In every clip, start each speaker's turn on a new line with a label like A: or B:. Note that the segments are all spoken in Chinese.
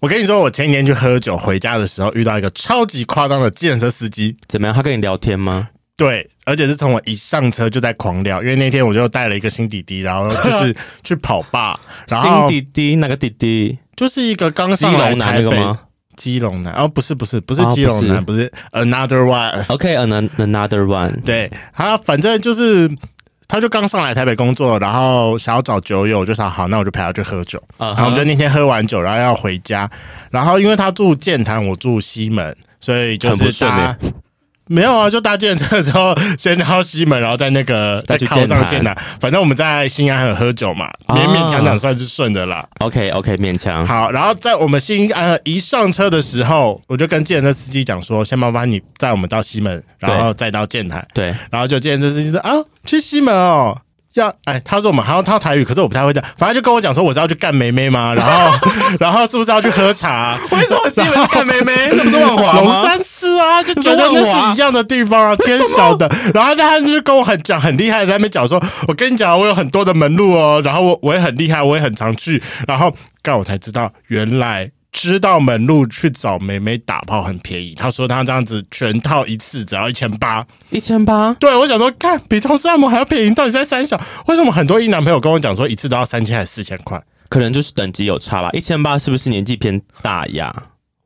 A: 我跟你说，我前几天去喝酒回家的时候，遇到一个超级夸张的计程车司机。
B: 怎么样？他跟你聊天吗？
A: 对，而且是从我一上车就在狂聊，因为那天我就带了一个新弟弟，然后就是 去跑吧，然
B: 新
A: 后
B: 弟弟那个弟弟，
A: 就是一个刚
B: 基
A: 上来
B: 隆男
A: 台
B: 那个
A: 北
B: 吗
A: 基隆男，哦，不是不是不是
B: 哦
A: 基隆男，
B: 不
A: 不是呃 another one，
B: ？OK，another one，
A: 对他，反正就是他就刚上来台北工作，然后想要找酒友，我就想好，那我就陪他去喝酒。
B: 啊
A: 然后我们就那天喝完酒，然后要回家，然后因为他住建潭，我住西门，所以就
B: 很不
A: 是
B: 顺欸
A: 搭。没有啊，就搭建车的时候，先到西门，然后在那个再
B: 再去
A: 靠上
B: 建
A: 建
B: 潭
A: 潭。反正我们在新安很喝酒嘛，
B: 啊
A: 勉勉强强算是顺的啦。
B: OK，OK，勉强。
A: 好，然后在我们新安一上车的时候，我就跟建车司机讲说，先麻烦你载我们到西门，然后再到建潭。
B: 对，
A: 然后就见这司机说啊，去西门哦，要哎，他说我们还要他台语，可是我不太会讲，反正就跟我讲说我是要去干梅梅吗？然后 然后是不是要去喝茶？
B: 为什么西门看妹妹？那不是万
A: 龙？山寺啊，就觉得
B: 你说万华
A: 那是一样的地方啊，天晓得。然后他就跟我很讲很厉害，在那边讲说，我跟你讲，我有很多的门路哦，然后我我也很厉害，我也很常去。然后干我才知道，原来知道门路去找梅梅打炮很便宜。他说他这样子全套一次只要一千八，
B: 一千八，
A: 对，我想说，看比同志按摩还要便宜，到底在三小？为什么很多异男朋友跟我讲说一次都要三千还是四千块？
B: 可能就是等级有差吧。一千八是不是年纪偏大呀？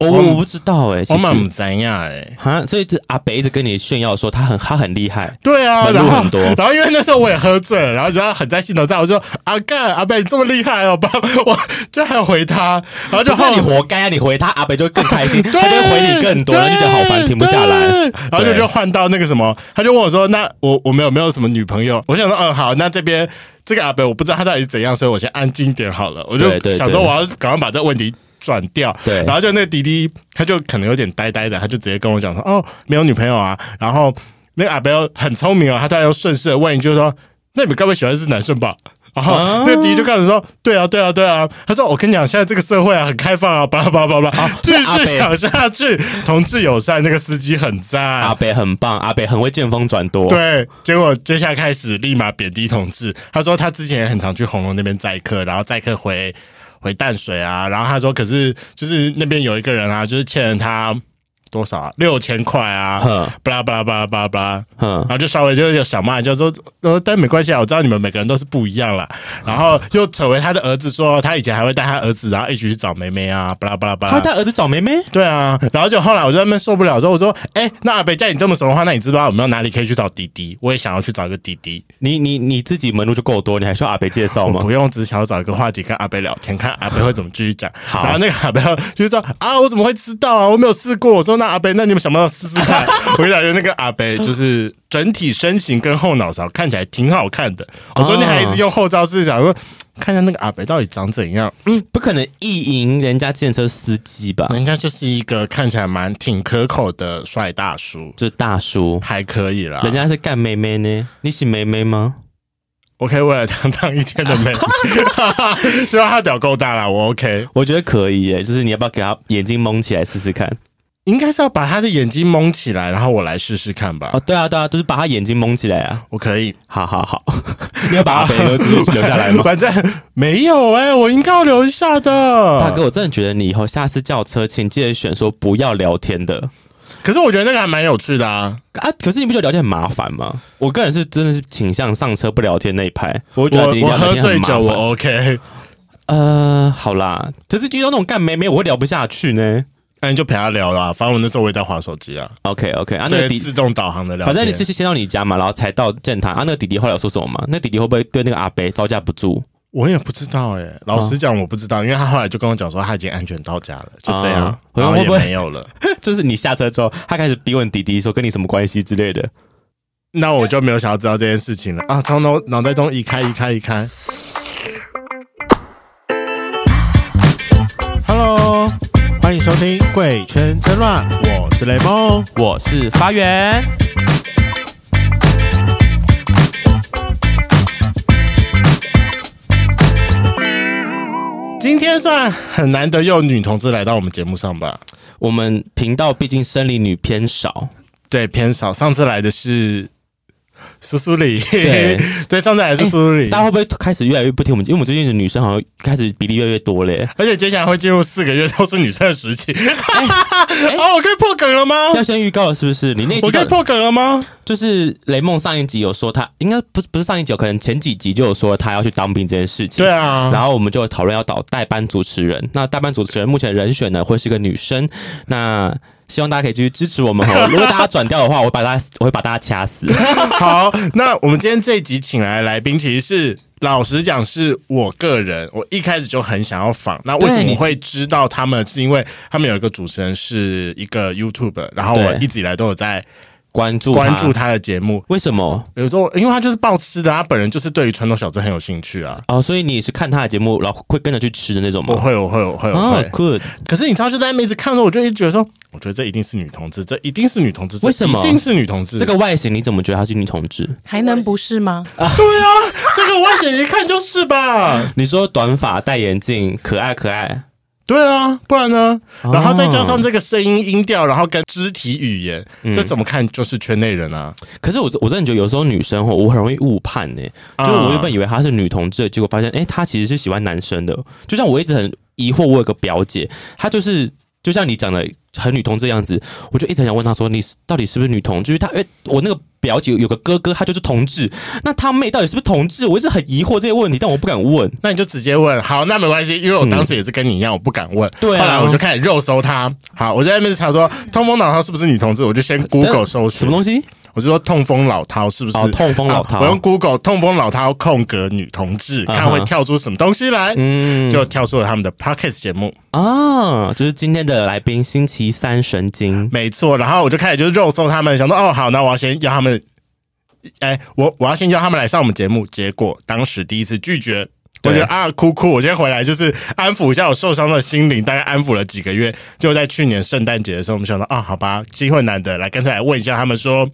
B: 我
A: 我
B: 我不知道哎，其
A: 我蛮不
B: 实
A: 怎样哎。
B: 啊，所以这阿北一直跟你炫耀说他很他很厉害，
A: 对啊，
B: 门路
A: 然后
B: 很多
A: 然后因为那时候我也喝醉了，然后然后很在心头上，我就说阿干阿贝你这么厉害哦，爸，我这还回他，然后就
B: 不是
A: 后
B: 你活该啊！你回他阿北就会更开 心，他
A: 对，
B: 就会回你更多，然后就觉得好烦，停不下来
A: 对。 然后就
B: 对
A: 就换到那个什么，他就问我说：“那我我们有没有什么女朋友？”我想说：“嗯，好，那这边这个阿北我不知道他到底是怎样，所以我先安静一点好了。”我就
B: 对对
A: 想说
B: 对
A: 我要赶快把这个问题。转掉，
B: 对
A: 然后就那个弟弟，他就可能有点呆呆的，他就直接跟我讲说：“哦，没有女朋友啊。”然后那个阿北很聪明哦，他突然又顺势地问一句说：“那你们该不会喜欢的是男生吧？”然后
B: 啊
A: 那个弟弟就开始说：“对啊，对啊，对啊。”他说：“我跟你讲，现在这个社会啊，很开放啊，巴拉巴拉巴拉。”继
B: 哦阿
A: 续
B: 北
A: 想下去，同志友善，那个司机很
B: 阿
A: 赞。
B: 北很棒，阿北很会见风转舵。
A: 对，结果接下来开始立马贬低同志。他说他之前也很常去红楼那边载客，然后载客回回淡水啊。然后他说，可是就是那边有一个人啊，就是欠了他多少啊，六千块
B: 哼
A: 啊，巴拉巴拉巴拉巴拉巴拉。
B: 嗯
A: 然，后就稍微就是有小骂一下，就说呃，但没关系啊，我知道你们每个人都是不一样啦。然后又扯回他的儿子说，他以前还会带他儿子，然后一起去找妹妹啊，巴拉巴拉巴拉。
B: 他带儿子找妹妹，
A: 对啊，然后就后来我就在那边受不了，之后我说：“哎、那阿北叫你这么熟的话，那你知不知道有没有哪里可以去找弟弟？我也想要去找一个弟弟，
B: 你你你自己门路就够多，你还需要阿北介绍
A: 我
B: 吗？
A: 不用只想要找一个话题跟阿北聊天，看阿北会怎么继续讲。
B: 好
A: 然后那个阿北就是说：啊，我怎么会知道啊？我没有试过。我说那阿北，那你们想不想试试看？我跟你讲，就那个阿北就是整体身形跟后脑勺看起来挺好看的。我昨天还一直用后照视想说，看一下那个阿北到底长怎样。
B: 不可能意淫人家建车司机吧？
A: 人家就是一个看起来蛮挺可口的帅大叔，
B: 这大叔，
A: 还可以啦。
B: 人家是干妹妹呢，你是妹妹吗？
A: 我可以为了当当一天的 美， 希望他屌够大啦，我 OK。
B: 我觉得可以耶，就是你要不要给他眼睛蒙起来试试看？
A: 应该是要把他的眼睛蒙起来，然后我来试试看吧。
B: 哦，对啊，对啊，就是把他眼睛蒙起来啊！
A: 我可以，啊
B: 好好好， 你要把阿北留留下来 吗？
A: 反正没有哎、我应该要留下的。
B: 大哥，，我真的觉得你以后下次叫车，请记得选说不要聊天的
A: 可是我觉得那个还蛮有趣的啊。
B: 啊。可是你不觉得聊天很麻烦吗？我个人是真的是倾向上车不聊天那一派，我会觉
A: 我
B: 得你
A: 我
B: 聊
A: 喝
B: 天很
A: 醉
B: 麻
A: 酒，
B: 烦。
A: 我 OK。
B: 呃，好啦，可是遇到那种干妹妹，我会聊不下去呢。
A: 那你就陪他聊啦，反正我那时候我也在划手机啊，
B: OK OK 啊，那
A: 对
B: 个，弟，
A: 自动导航的聊
B: 反
A: 天。
B: 正你是先到你家嘛，然后才到正堂啊。那个弟弟后来有说什么吗？那弟弟会不会对那个阿伯招架不住？
A: 我也不知道哎、老
B: 啊
A: 实讲我不知道，因为他后来就跟我讲说他已经安全到家了，就这样
B: 啊，
A: 然后
B: 会
A: 也
B: 不会
A: 没有了。
B: 就是你下车之后，他开始逼问弟弟说跟你什么关系之类的。
A: 那我就没有想要知道这件事情了啊！从脑脑袋中移开，移开，移开。Hello，欢迎收听《贵圈争乱》，我是雷梦。
B: 我是发源，
A: 今天算很难得又有女同志来到我们节目上吧？
B: 我们频道毕竟生理女偏少，
A: 对，偏少。上次来的是苏苏里，
B: 对
A: 对，哎上次还是苏苏里，
B: 大家会不会开始越来越不听我们？因为我们最近的女生好像开始比例越来越多 嘞。
A: 而且接下来会进入四个月都是女生的时期。 哦，我可以破梗了吗？
B: 要先预告了是不是？你那一集
A: 我可以
B: 到
A: 破梗了吗？
B: 就是雷梦上一集有说他应该不是不是上一集哦，可能前几集就有说他要去当兵这件事情。
A: 对。啊，
B: 然后我们就讨论要找代班主持人。那代班主持人目前人选呢会是个女生。那希望大家可以继续支持我们哈。如果大家转掉的话，我会把大家我会把大家掐 死。
A: 好，那我们今天这一集请来的来宾，其实是老实讲，是我个人，我一开始就很想要访。那为什
B: 对
A: 么
B: 你
A: 会知道他们？是因为他们有一个主持人是一个 YouTube，然后我
B: 对
A: 一直以来都有在
B: 关注
A: 关注
B: 他，
A: 他的节目。
B: 为什么？
A: 比如说，因为他就是报吃的，他本人就是对于传统小吃很有兴趣啊。
B: 哦，所以你是看他的节目，然后会跟着去吃的那种
A: 我
B: 吗？
A: 会，我会，我会，我
B: 啊
A: 会。
B: ，good，
A: 可是你知道，就在那边一直看的时候，我就一直觉得说，我觉得这一定是女同志，这一定是女同志，这
B: 为什么
A: 一定是女同志？
B: 这个外形你怎么觉得她是女同志？
C: 还能不是吗？
A: 对啊，这个外显一看就是吧。
B: 你说短发、戴眼镜、可爱可爱，
A: 对啊，不然呢？
B: 哦
A: 然后再加上这个声音音调，然后跟肢体语言，
B: 嗯
A: 这怎么看就是圈内人啊。
B: 可是我我真的觉得有时候女生吼，我很容易误判呢、
A: 啊
B: 就我原本以为她是女同志，结果发现哎、诶她其实是喜欢男生的。就像我一直很疑惑，我有个表姐，她就是就像你讲的很女同志的样子，我就一直很想问她说你是到底是不是女同志？就是她哎、我那个表姐有个哥哥，他就是同志，那他妹到底是不是同志？我一直很疑惑这些问题，但我不敢问。
A: 那你就直接问，好，那没关系，因为我当时也是跟你一样，我不敢问。
B: 对啊
A: 后来我就开始肉搜他。好，我就在那边查说痛风老饕是不是女同志，我就先 Google 搜
B: 啊什
A: 寻
B: 么，东西？
A: 我就说痛风老饕是不是？
B: 哦，痛风老
A: 啊
B: 饕、
A: 我用 Google 痛风老饕空格女同志，
B: 啊哈
A: 看会跳出什么东西来，
B: 嗯
A: 就跳出了他们的 Podcast 节目。
B: 啊，就是今天的来宾星期三神经。
A: 没错，然后我就开始就是肉搜他们，想说哦好，那我要先邀他们，哎，我我要先邀他们来上我们节目。结果当时第一次拒绝，我
B: 对
A: 觉得啊哭哭，我今天回来就是安抚一下我受伤的心灵，大概安抚了几个月。就在去年圣诞节的时候，我们想到啊、好吧，机会难得，来干脆来问一下他们说，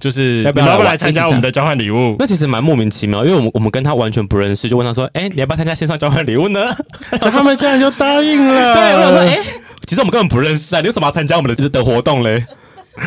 A: 就是
B: 要不要
A: 你们要不
B: 来啊
A: 要
B: 玩
A: 来参加我们的交换礼物？
B: 那其实蛮莫名其妙，因为我们我们跟他完全不认识，就问他说：“哎、你要不要参加线上交换礼物呢？”
A: 就他们竟然就答应了，
B: 对，我想说：“哎、其实我们根本不认识啊，你为什么要参加我们的的活动嘞？”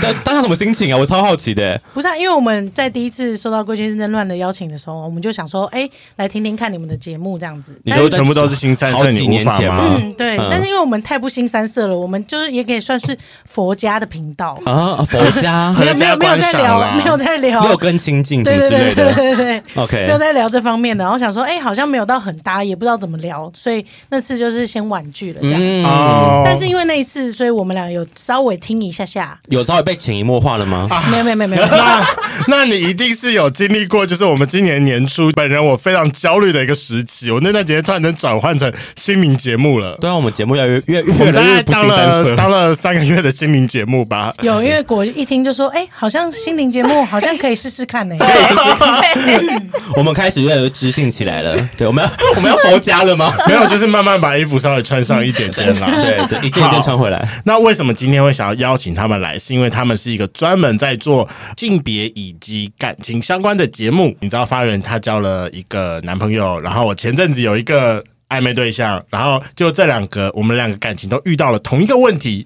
B: 当当下什么心情啊？我超好奇的、
C: 不是、啊，因为我们在第一次收到贵圈争乱的邀请的时候，我们就想说，哎、来听听看你们的节目这样子。
B: 你
C: 但
B: 说
A: 全部都是新三
B: 好
A: 色，
B: 几
A: 你无
B: 年
A: 法
B: 前
A: 吗？
B: 嘛
C: 嗯，对，
B: 嗯
C: 但是因为我们太不新三色了，我们就是也可以算是佛家的频道，
B: 啊，佛家
A: 合
C: 没有
A: 家
C: 没有没有在
A: 观赏啦
C: 聊，没有在聊，
B: 六根清净什
C: 对
B: 么
C: 对
B: 之类
C: 对对
B: 的。
C: 对对。没
B: OK，
C: 有在聊这方面的，然后想说，哎、好像没有到很搭，也不知道怎么聊，所以那次就是先婉拒了这样。
B: 嗯，
A: 哦，
C: 但是因为那一次，所以我们俩有稍微听一下下，
B: 有稍微被潜移默化了吗？
C: 没有没有没有没有，
A: 那 那你一定是有经历过，就是我们今年年初，本人我非常焦虑的一个时期。我那段时间突然能转换成心灵节目了，
B: 对啊，我们节目要越越
A: 我
B: 越
A: 们大
B: 来
A: 概
B: 越不
A: 当
B: 新三色
A: 了。当了三个月的心灵节目吧。
C: 有，因为果一听就说，哎、好像心灵节目，好像可以试试 看呢、
B: 我们开始越来越知性起来了。对，我们要我们要佛家了吗？
A: 没有，就是慢慢把衣服稍微穿上一点 点啦。
B: 对对，一件一件穿回来。
A: 那为什么今天会想要邀请他们来？是因为他们是一个专门在做性别以及感情相关的节目。你知道，发源她交了一个男朋友，然后我前阵子有一个暧昧对象，然后就这两个，我们两个感情都遇到了同一个问题，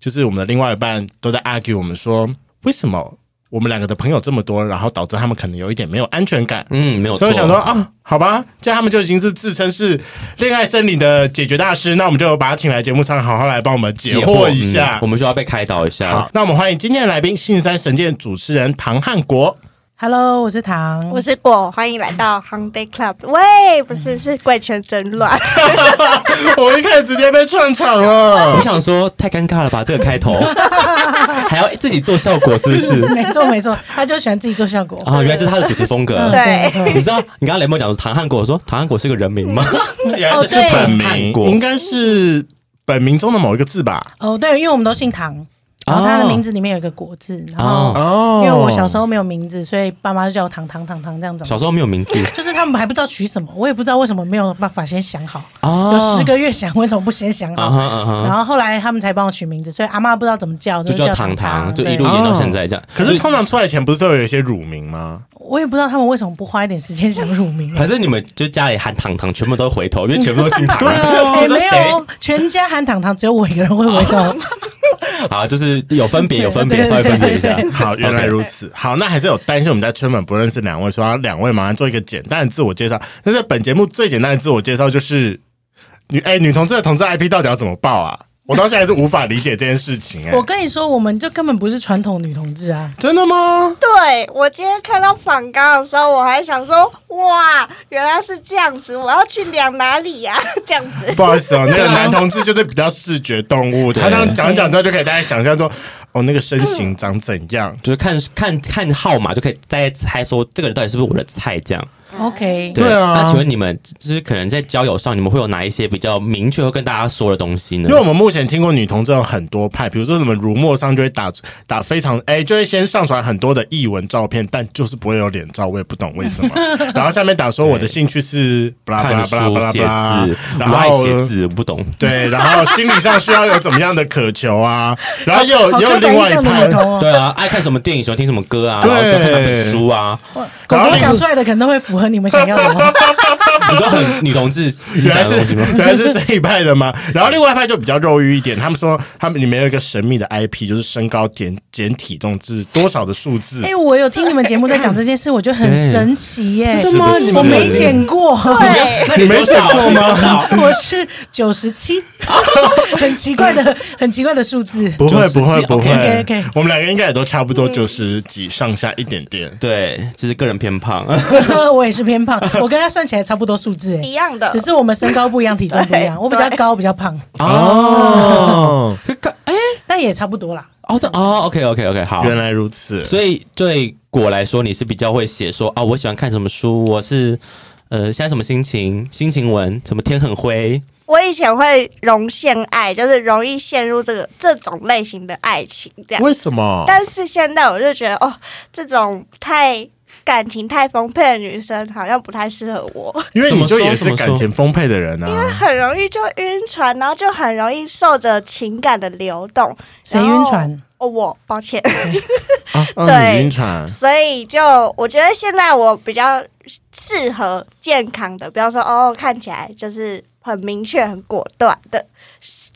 A: 就是我们的另外一半都在 argue 我们说，为什么我们两个的朋友这么多，然后导致他们可能有一点没有安全感。
B: 嗯，没有
A: 所
B: 错。
A: 以我想说啊，好吧，这样他们就已经是自称是恋爱生理的解决大师，那我们就把他请来节目上，好好来帮我们解惑一下
B: 嗯我。们需要被开导一下
A: 好。，那我们欢迎今天的来宾，信山神剑主持人唐汉国。
C: Hello，我是唐，
D: 我是果，欢迎来到 Hung Day Club。喂，不是，是怪圈争乱。
A: 我一开始直接被串场了。
B: 我想说，太尴尬了吧，这个开 头还要自己做效果，是不是？
C: 没错没错，他就喜欢自己做效果。嗯
B: 啊，原来这是他的主持风格。
D: 对
B: 你知道你刚刚雷梦讲说唐汉国，我说唐汉国是个人名 吗？原来是
C: 哦对
A: 本
B: 唐汉
A: 名
B: 国
A: 应该是本名中的某一个字吧？
C: 哦，对，因为我们都姓
B: 哦
C: 唐，然后他的名字里面有一个“国”字，然后
A: 哦
C: 因为我小时候没有名字，所以爸妈就叫我唐唐唐唐这样子。
B: 小时候没有名字
C: 就是他们还不知道取什么，我也不知道为什么没有办法先想好，
B: 啊
C: 有十个月想为什么不先想
B: 啊
C: 好？
B: 哈啊
C: 然
B: 哈，
C: 后后来他们才帮我取名字，所以阿妈不知道怎么叫，
B: 就
C: 叫
B: 叫唐
C: 唐，
B: 唐，就
C: 对
B: 一路演到现在这样。
A: 哦可是
B: 所以
A: 通常出来前不是都有一些乳名吗？
C: 我也不知道他们为什么不花一点时间想乳名。啊
B: 反正你们就家里喊糖糖，全部都回头，因为全部都姓唐。
A: 对啊
D: 哦
C: 哎，
B: 我说
C: 没
B: 谁
C: 有，全家喊糖糖，只有我一个人会回 头。
B: 好，就是有分别，有分别，
C: 对对
B: 稍微分别一下
C: 对。
A: 好，原来如此。好，那还是有担心我们在春晚不认识两位，说两位马上做一个简单的自我介绍。那在本节目最简单的自我介绍就是女哎、女同志的同志 IP 到底要怎么报啊？我到现在还是无法理解这件事情哎、
C: 我跟你说，我们就根本不是传统女同志啊！
A: 真的 吗？
D: 对我今天看到仿纲的时候，我还想说，哇，原来是这样子，我要去量哪里呀、 这样子。
A: 不好意思哦，那个男同志就是比较视觉动物，他这样讲一讲之后就可以大家想象说，哦，那个身形长怎样？
B: 就是看看看号码就可以大概猜说这个人到底是不是我的菜这样。
C: OK，
A: 对啊
B: 那请问你们就是可能在交友上，你们会有哪一些比较明确会跟大家说的东西呢
A: 因为？我们目前听过女同志有很多派，比如说什么如墨上就会打打非常哎、就会先上传很多的译文照片，但就是不会有脸照，我也不懂为什么。然后下面打说我的兴趣是巴拉巴
B: 看
A: 拉巴拉
B: 书
A: 巴拉
B: 写
A: 巴
B: 字
A: 拉，，然
B: 我爱
A: 后
B: 写字，我不懂。
A: 对，然后心理上需要有怎么样的渴求啊？然后又有
C: 好
A: 又有
C: 刻
A: 另
C: 板印
A: 外一
C: 象的
A: 派
C: 女，同哦。
B: 对啊，爱看什么电影，喜欢听什么歌啊，
A: 对
B: 然后喜欢看哪本书啊，
C: 狗狗讲出来的可能都会符合你们想要的哦 吗。
B: 你都很女同志思
A: 原
B: 想
A: 来
B: 的东西
A: 是
B: 吗？
A: 原来是这一派的吗？然后另外一派就比较肉欲一点，他们说他们里面有一个神秘的 IP，就是身高减减体重是多少的数字。
C: 哎，我有听你们节目在讲这件事，我觉得很神奇耶！
B: 真的吗
C: 我没剪过，
D: 对，
A: 你没想过吗？
C: 我是九十 七，很奇怪的，很奇怪的数字。
A: 不会不会
B: 97
A: 不会
C: OK，OK，OK
A: 我们两个应该也都差不多九十几上下一点点。
B: 对，就是个人偏胖。
C: 我也是偏胖，我跟他算起来差不多数字，哎
D: 一样的
C: 只。是我们身高不一样，体重不一样。
D: 对
C: 我比较高，比较胖，
A: 哦，
B: 可可哎，
C: 但也差不多啦。
B: 哦这哦，OK OK OK，好。
A: 原来如此。
B: 所以对果来说，你是比较会写说啊，我喜欢看什么书，我是呃现在什么心情，心情文，什么天很灰，
D: 我以前会容陷爱，就是容易陷入这个这种类型的爱情这样。
A: 为什么？
D: 但是现在我就觉得，哦，这种太感情太丰沛的女生好像不太适合我，
A: 因为你就也
B: 怎
A: 是
B: 么说
A: 感情丰沛的人啊。
D: 很容易就晕船，然后就很容易受着情感的流动。
C: 谁
D: 然后
C: 晕船？
D: 哦，我抱歉，
A: 啊，啊
D: 对
A: 你晕船。
D: 所以就我觉得现在我比较适合健康的，比方说哦，看起来就是很明确、很果断的，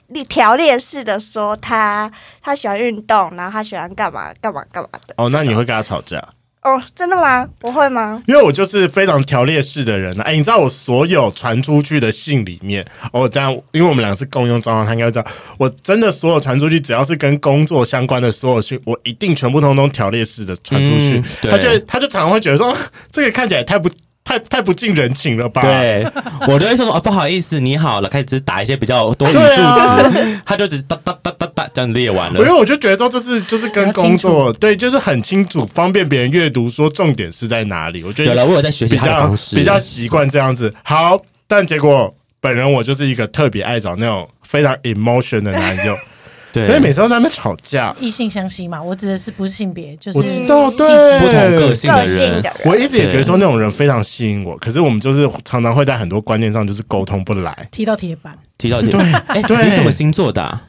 D: 你条列式的说他他喜欢运动，然后他喜欢干嘛干嘛干嘛的。
A: 哦，那你会跟他吵架？
D: 哦，真的吗？我会吗？
A: 因为我就是非常条列式的人啊。哎、你知道我所有传出去的信里面，哦，当然，因为我们俩是共用账号，他应该知道，我真的所有传出去，只要是跟工作相关的所有信，我一定全部通通条列式的传出去。
B: 嗯对
A: 他就他就常常会觉得说，啊这个看起来太不太太不近人情了吧？。
B: 对我就会说哦不好意思，你好了，开始只打一些比较多语助
A: 对啊
B: 词，他就只是哒哒哒哒哒这样列完
A: 因为
B: 了。
A: 我就觉得说这是就是跟工作对，就是很清楚，方便别人阅读，说重点是在哪里。我觉得
B: 有了，我有在学习
A: 比
B: 他的
A: 较
B: 方式，
A: 比较习惯这样子。好，但结果本人我就是一个特别爱找那种非常 emotion 的男友，
B: 对，
A: 所以每次都在那边吵架。
C: 异性相吸嘛，我指的是不是性别，就是
A: 我知道，
C: 气质
A: 对
B: 不同个性的
D: 个性
B: 人
D: 的，
A: 我
D: 人，
A: 一直也觉得说那种人非常吸引我，可是我们就是常常会在很多观念上就是沟通不来。
C: 踢到铁板。
B: 提到这个，哎，
A: 对
B: 你什么星座的啊？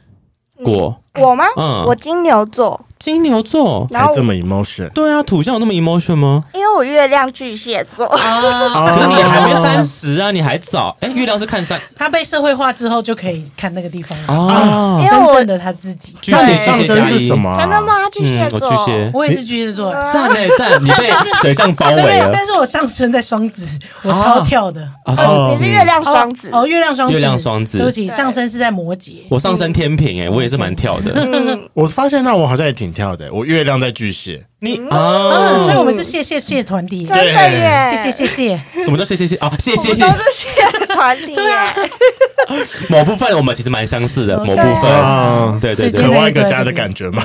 B: 果
D: 我吗？
B: 嗯
D: 我金牛座，
B: 金牛座。
D: 然后
A: 还这么 emotion，
B: 对啊，土象有那么 emotion 吗？
D: 因为我月亮巨蟹座，
A: 可
B: 可是你还没三十啊，你还早。哎，月亮是看三
C: 他被社会化之后就可以看那个地方
A: 啊
C: 了，
B: 哦
D: 因，为
C: 真
D: 我
C: 正的他自己。
B: 巨
A: 那
B: 蟹
A: 你上
B: 巨蟹
D: 对
A: 升
B: 加
A: 是
B: 一
A: 什么啊？
D: 真的吗？巨蟹
B: 嗯，我
D: 座，
B: 巨蟹。
C: 我也是巨蟹座，
B: 赞嘞赞，你 哦被水象包
C: 对
B: 围
C: 对，
B: 了。
C: 但是我上升在双子，我超跳的。
B: 啊
A: 哦
D: 你是月亮双子，
C: 哦，月亮双子，
B: 月亮双子
C: 对不起，
D: 对
C: 上升是在摩羯。
B: 我上升天平哎、我也是蛮跳的。
D: 嗯，
A: 我发现那我好像也挺跳的，欸我月亮在巨蟹，
B: 你
C: 嗯，所以
B: 啊，
C: 我们是谢谢谢团体，
D: 真
C: 谢
D: 的耶，
C: 谢谢谢。
B: 什么叫谢谢谢啊？谢
D: 我
B: 谢
D: 们
B: 谢
D: 都，是蟹团体耶，
C: 对啊
B: 某部分我们其实蛮相似的，某部
A: 啊
B: 分，对对
C: 所以
A: 渴
B: 对。
A: 望一个家的感觉嘛。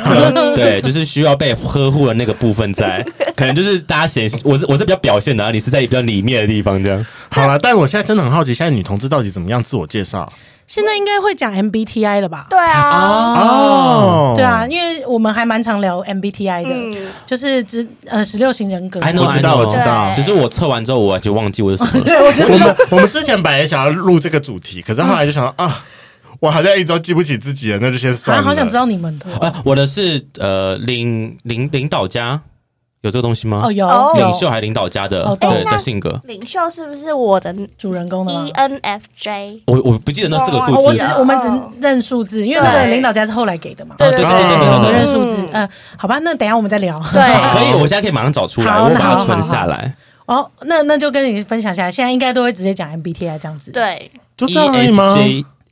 B: 对，就是需要被呵护的那个部分在，可能就是大家显我是我是比较表现的、啊，你是在比较里面的地方这样。
A: 好了，但我现在真的很好奇，现在女同志到底怎么样自我介绍？
C: 现在应该会讲 MBTI 了吧？
D: 对啊，
A: 哦，
C: 对啊，因为我们还蛮常聊 MBTI 的，
D: 嗯，
C: 就是只呃十六型人格。
B: I
A: 我
B: know
A: 知道，我知道
D: 对。
B: 哎只是我测完之后我就忘记我是什么了。
C: 对，我觉
A: 我
C: 得
A: 们我们之前本来想要录这个主题，可是后来就想到啊， 我好像一周记不起自己了，那就先算
C: 啊，
A: 了。
B: 哎
C: 好想知道你们的。
B: 啊，我的是呃领领领导家，有这个东西吗
C: 哦，？有
D: 哦
C: 有
B: 领袖还领导家的
C: 哦懂
B: 对
D: 那
B: 的性格，
D: 领袖是不是我的
C: 主人公的吗
D: E N F J？
B: 我我不记得那四个
D: 哦
C: 哦，
B: 数
C: 我
B: 字
C: 只
D: 记得
C: 我们只认数字，因为那个领导家是后来给的嘛。
B: 对对对对对
A: 哦
C: 我
B: 对对
C: 们认
B: 对，
C: 数字。嗯，好吧，那等一下我们再聊。
D: 嗯对
B: 好可以，我现在可以马上找出来，
C: 好
B: 我会把
C: 好
B: 它
C: 好
B: 存下来。
C: 哦，那那就跟你分享一下，现在应该都会直接讲 MBTI 啊这样子。。
D: 对，
A: 就这样而已吗？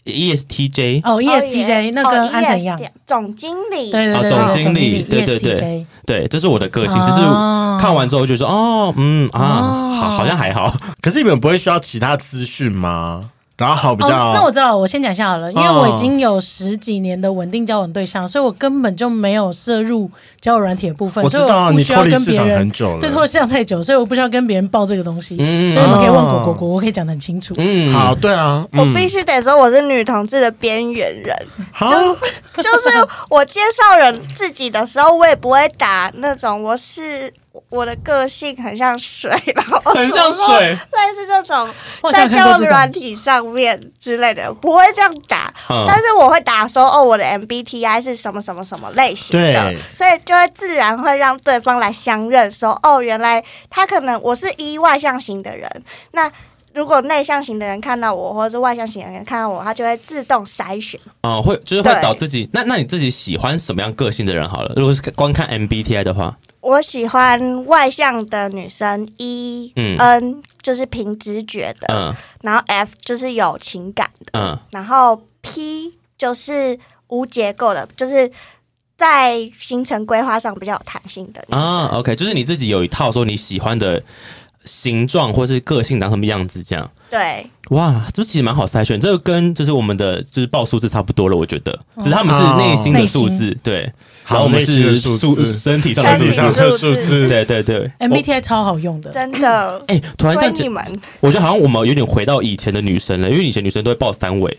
B: E ESJ，ESTJ，
C: 哦
D: 哦也
C: ，ESTJ 那跟
D: 哦
C: 安晨一样。
D: ESTJ 总经理。
C: 对对对，
B: 哦
C: 对
B: 总经理对对对。
C: ESTJ
B: 对，这是我的个性，
C: 哦
B: 只是看完之后就说，哦，嗯啊，
C: 哦
B: 好，好像还好。
A: 可是你们不会需要其他资讯吗？然后好比
C: 哦，
A: 较，
C: 那我知道，我先讲一下好了，因为我已经有十几年的稳定交往对象，所以我根本就没有摄入交友软体的部分，
A: 我知
C: 所以
A: 道啊
C: 我不
A: 你
C: 需
A: 脱
C: 要
A: 离
C: 跟
A: 市
C: 别
A: 场很
C: 人
A: 久
C: 对脱离
A: 了。
C: 市场太久，所以我不需要跟别人报这个东西，
B: 嗯
C: 所以你们可以问
A: 哦
C: 果果果，我可以讲的很清楚。
B: 嗯，
A: 好，，对啊，
D: 我必须得说，我是女同志的边缘人。
C: 哦
A: 好，
D: 就是我介绍人自己的时候，我也不会打那种我是我的个性很像水，然后
B: 很像
D: 什么
B: 水，
D: 类似这种
C: 我好
D: 在
C: 像看
D: 交
C: 过
D: 友
C: 这
D: 软
C: 种，
D: 体上面之类的，不会这样打。
B: 嗯
D: 但是我会打说哦，我的 MBTI 是什么什么什么类型的
A: 对，
D: 所以就会自然会让对方来相认说哦，原来他可能我是一外向型的人，那。如果内向型的人看到我，或者是外向型的人看到我，他就会自动筛选。
B: 哦，会就是会
D: 对
B: 找自己，那那你自己喜欢什么样个性的人好了？如果是光看 MBTI 的话，
D: 我喜欢外向的女生，E
B: 嗯
D: N 就是凭直觉的，
B: 嗯
D: 然后 F 就是有情感的，
B: 嗯，
D: 然后 P 就是无结构的，就是在行程规划上比较有弹性的女生。
B: 啊，OK，就是你自己有一套说你喜欢的形状或是个性长什么样子这样。
D: 对，
B: 哇，这其实蛮好筛选，这个跟就是我们的就是报数字差不多了，我觉得，只是他们是内心的数字，对，然后我们
A: 内
B: 是
A: 心的数
B: 数呃
A: 字
B: 身体上
A: 身
B: 的
A: 体
B: 数
A: 上
B: 字，
A: 的数字，
B: 对对对。
C: MBTI 超好用的，
D: 真的
B: 哎、突然这
D: 推
B: 样
D: 你
B: 讲，
D: 们，
B: 我觉得好像我们有点回到以前的女生了，因为以前女生都会报三围，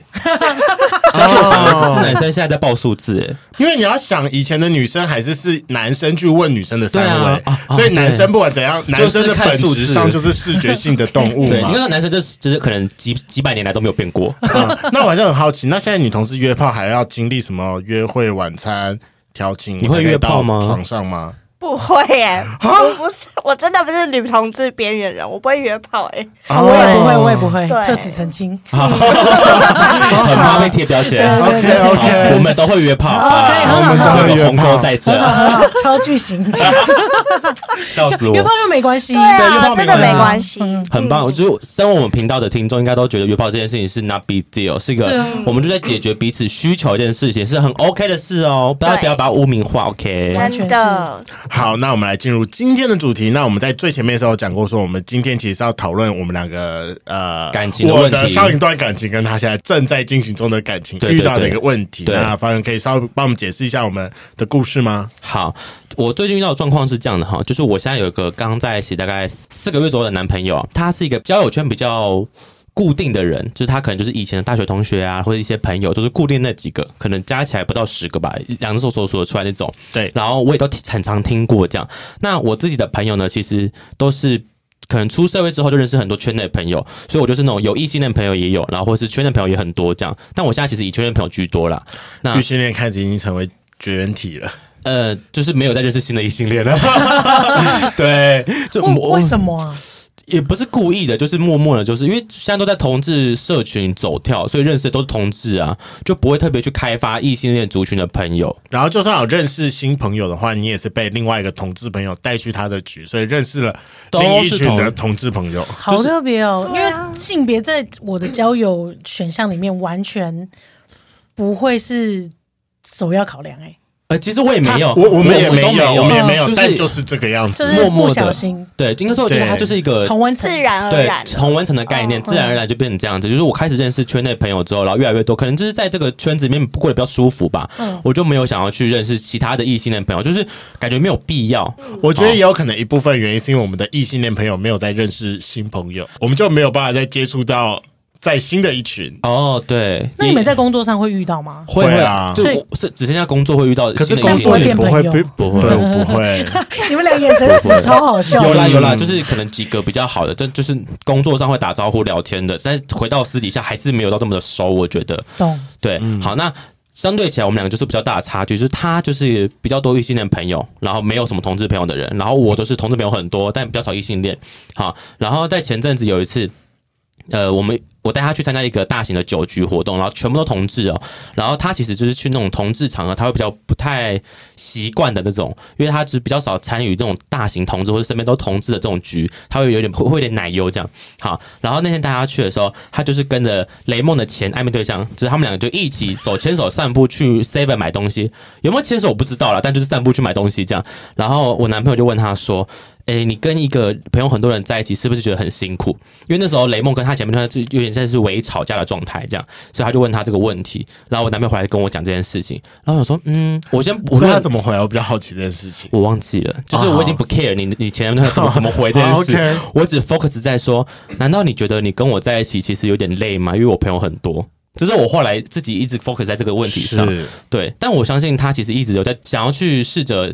B: 是
A: 哦
B: 男生现在在报数字、哎
A: 因为你要想，以前的女生还是是男生去问女生的三
B: 对啊
A: 围
B: 啊啊，
A: 所以男生不管怎样，男生的本质上就是视觉性的动物
B: 对，
A: 嘛
B: 你。看男生就是就是可能几几百年来都没有 变过，
A: 嗯那我还是很好奇，那现在女同志约炮还要经历什么约会、晚餐、调情？
B: 你会约炮吗
A: 才可以到床上吗？
D: 不会耶、
B: 啊
D: 我不是，我真的不是女同志边缘人，我不会约炮哎、
C: 啊我也不会，我也不
B: 哦
C: 会，
D: 对
C: 特此 澄清。
B: 很怕被贴标签。
C: 对对对
A: OK，OK
B: 好我们都会约炮，
C: OK，
B: 啊
C: 很好
B: 我们
A: 很好
B: 都会有
A: 很
B: 鸿
A: 好
B: 沟在这，
C: 很好很好，超巨型，
B: 笑死我
C: 约炮。又没关系。
D: 对
B: 对约炮
D: 啊，
B: 没
D: 真的
B: 关
D: 没
B: 系
D: 关系。
C: 嗯
B: 很棒，就是身为我们频道的听众，应该都觉得约炮这件事情是 not big deal，是一
C: 对
B: 个
C: 啊
B: 我们就在解决彼此需求这件事情，是很 OK 的事哦。大家
D: 对
B: 不要把它污名化，OK？
C: 完
D: 真
C: 全
D: 的，
A: 好，那我们来进入今天的主题。那我们在最前面的时候讲过，说我们今天其实是要讨论我们两个呃
B: 感情的
A: 我
B: 问
A: 的
B: 题
A: 上一段感情跟他现在正在进行中的感情
B: 对对
A: 遇到的一个问题。
B: 对
A: 那方圆可以稍微帮我们解释一下我们的故事吗？
B: 好，我最近遇到的状况是这样的哈，就是我现在有一个刚在一起大概四个月左右的男朋友，他是一个交友圈比较。固定的人，就是他可能就是以前的大学同学啊，或者一些朋友，都是固定那几个，可能加起来不到十个吧，两只手手数得出来那种。
A: 对
B: 然后我也都很常听过这样。那我自己的朋友呢，其实都是可能出社会之后就认识很多圈内朋友，所以我就是那种有异性恋朋友也有，然后或是圈内朋友也很多这样。但我现在其实以圈内朋友居多啦。那
A: 异性恋开始已经成为绝缘体了。
B: 呃，就是没有再认识新的异性恋 了。 对，就
C: 为
B: 我
C: 为什么啊？
B: 也不是故意的，就是默默的，就是因为现在都在同志社群走跳，所以认识的都是同志啊，就不会特别去开发异性恋族群的朋友。
A: 然后，就算有认识新朋友的话，你也是被另外一个同志朋友带去他的局，所以认识了另一
B: 都是
A: 群
B: 同
A: 的同志朋友。
C: 好特别哦，因
D: 对啊
C: 为性别在我的交友选项里面完全不会是首要考量，哎，
B: 呃，其实我也没有，
A: 我我们也
B: 都没
A: 有，我们也没有
B: 就，
A: 但
B: 是
A: 就是这个样子
C: 就。
B: 默
C: 是
B: 默地
C: 不小心
B: 对，应该说我觉得
A: 对
B: 它就是一个
C: 同温层
D: 自然而
B: 对
D: 然，
B: 同温层的概念，
C: 嗯
D: 哦
B: 自然而然就变成这样子。就是我开始认识圈内朋友之后，然后越来越多，可能就是在这个圈子里面过得比较舒服吧。
C: 嗯
B: 我就没有想要去认识其他的异性恋朋友，就是感觉没有必要。
C: 嗯
A: 我觉得也有可能一部分原因是因为我们的异性恋朋友没有在认识新朋友，我们就没有办法再接触到在新的一群。
B: 哦，对，
C: 那你们在工作上会遇到吗？
B: 会
A: 会啊
B: 就
C: 所以
B: 我是只剩下工作会遇到
A: 可是
B: 新的异
A: 工
B: 性
A: 作也
B: 恋
C: 也
A: 不
C: 不
A: 会
C: 会
A: 不
C: 变
B: 朋友
A: 对，我不会。
C: 你们俩眼神死超好笑
B: 有啦
C: 的，
B: 有啦，就是可能几个比较好的，但就是工作上会打招呼聊天的，但是回到私底下还是没有到这么的熟，我觉得。
C: 懂？
B: 对，好，那相对起来，我们两个就是比较大的差距，就是他就是比较多异性恋朋友，然后没有什么同志朋友的人，然后我都是同志朋友很多，但比较少异性恋。好，然后在前阵子有一次，呃，我们我带他去参加一个大型的酒局活动，然后全部都同志哦。然后他其实就是去那种同志场合，啊他会比较不太习惯的那种，因为他只比较少参与这种大型同志或者身边都同志的这种局，他会有点会会有点奶油这样。好，然后那天带他去的时候，他就是跟着雷梦的前暧昧对象，就是他们两个就一起手牵手散步去 Seven 买东西，有没有牵手我不知道啦，但就是散步去买东西这样。然后我男朋友就问他说。诶、你跟一个朋友很多人在一起，是不是觉得很辛苦？因为那时候雷梦跟他前面他就有点像是微吵架的状态，这样，所以他就问他这个问题。然后我男朋友回来跟我讲这件事情，然后我想说，嗯，我先
A: 我
B: 无
A: 说他
B: 论
A: 怎么回来，我比较好奇这件事情。
B: 我忘记了，就是我已经不 care 你你前任怎么怎么回这件事，
A: 哦，OK
B: 我只 focus 在说，难道你觉得你跟我在一起其实有点累吗？因为我朋友很多，这是我后来自己一直 focus 在这个问题上。
A: 是
B: 对，但我相信他其实一直有在想要去试着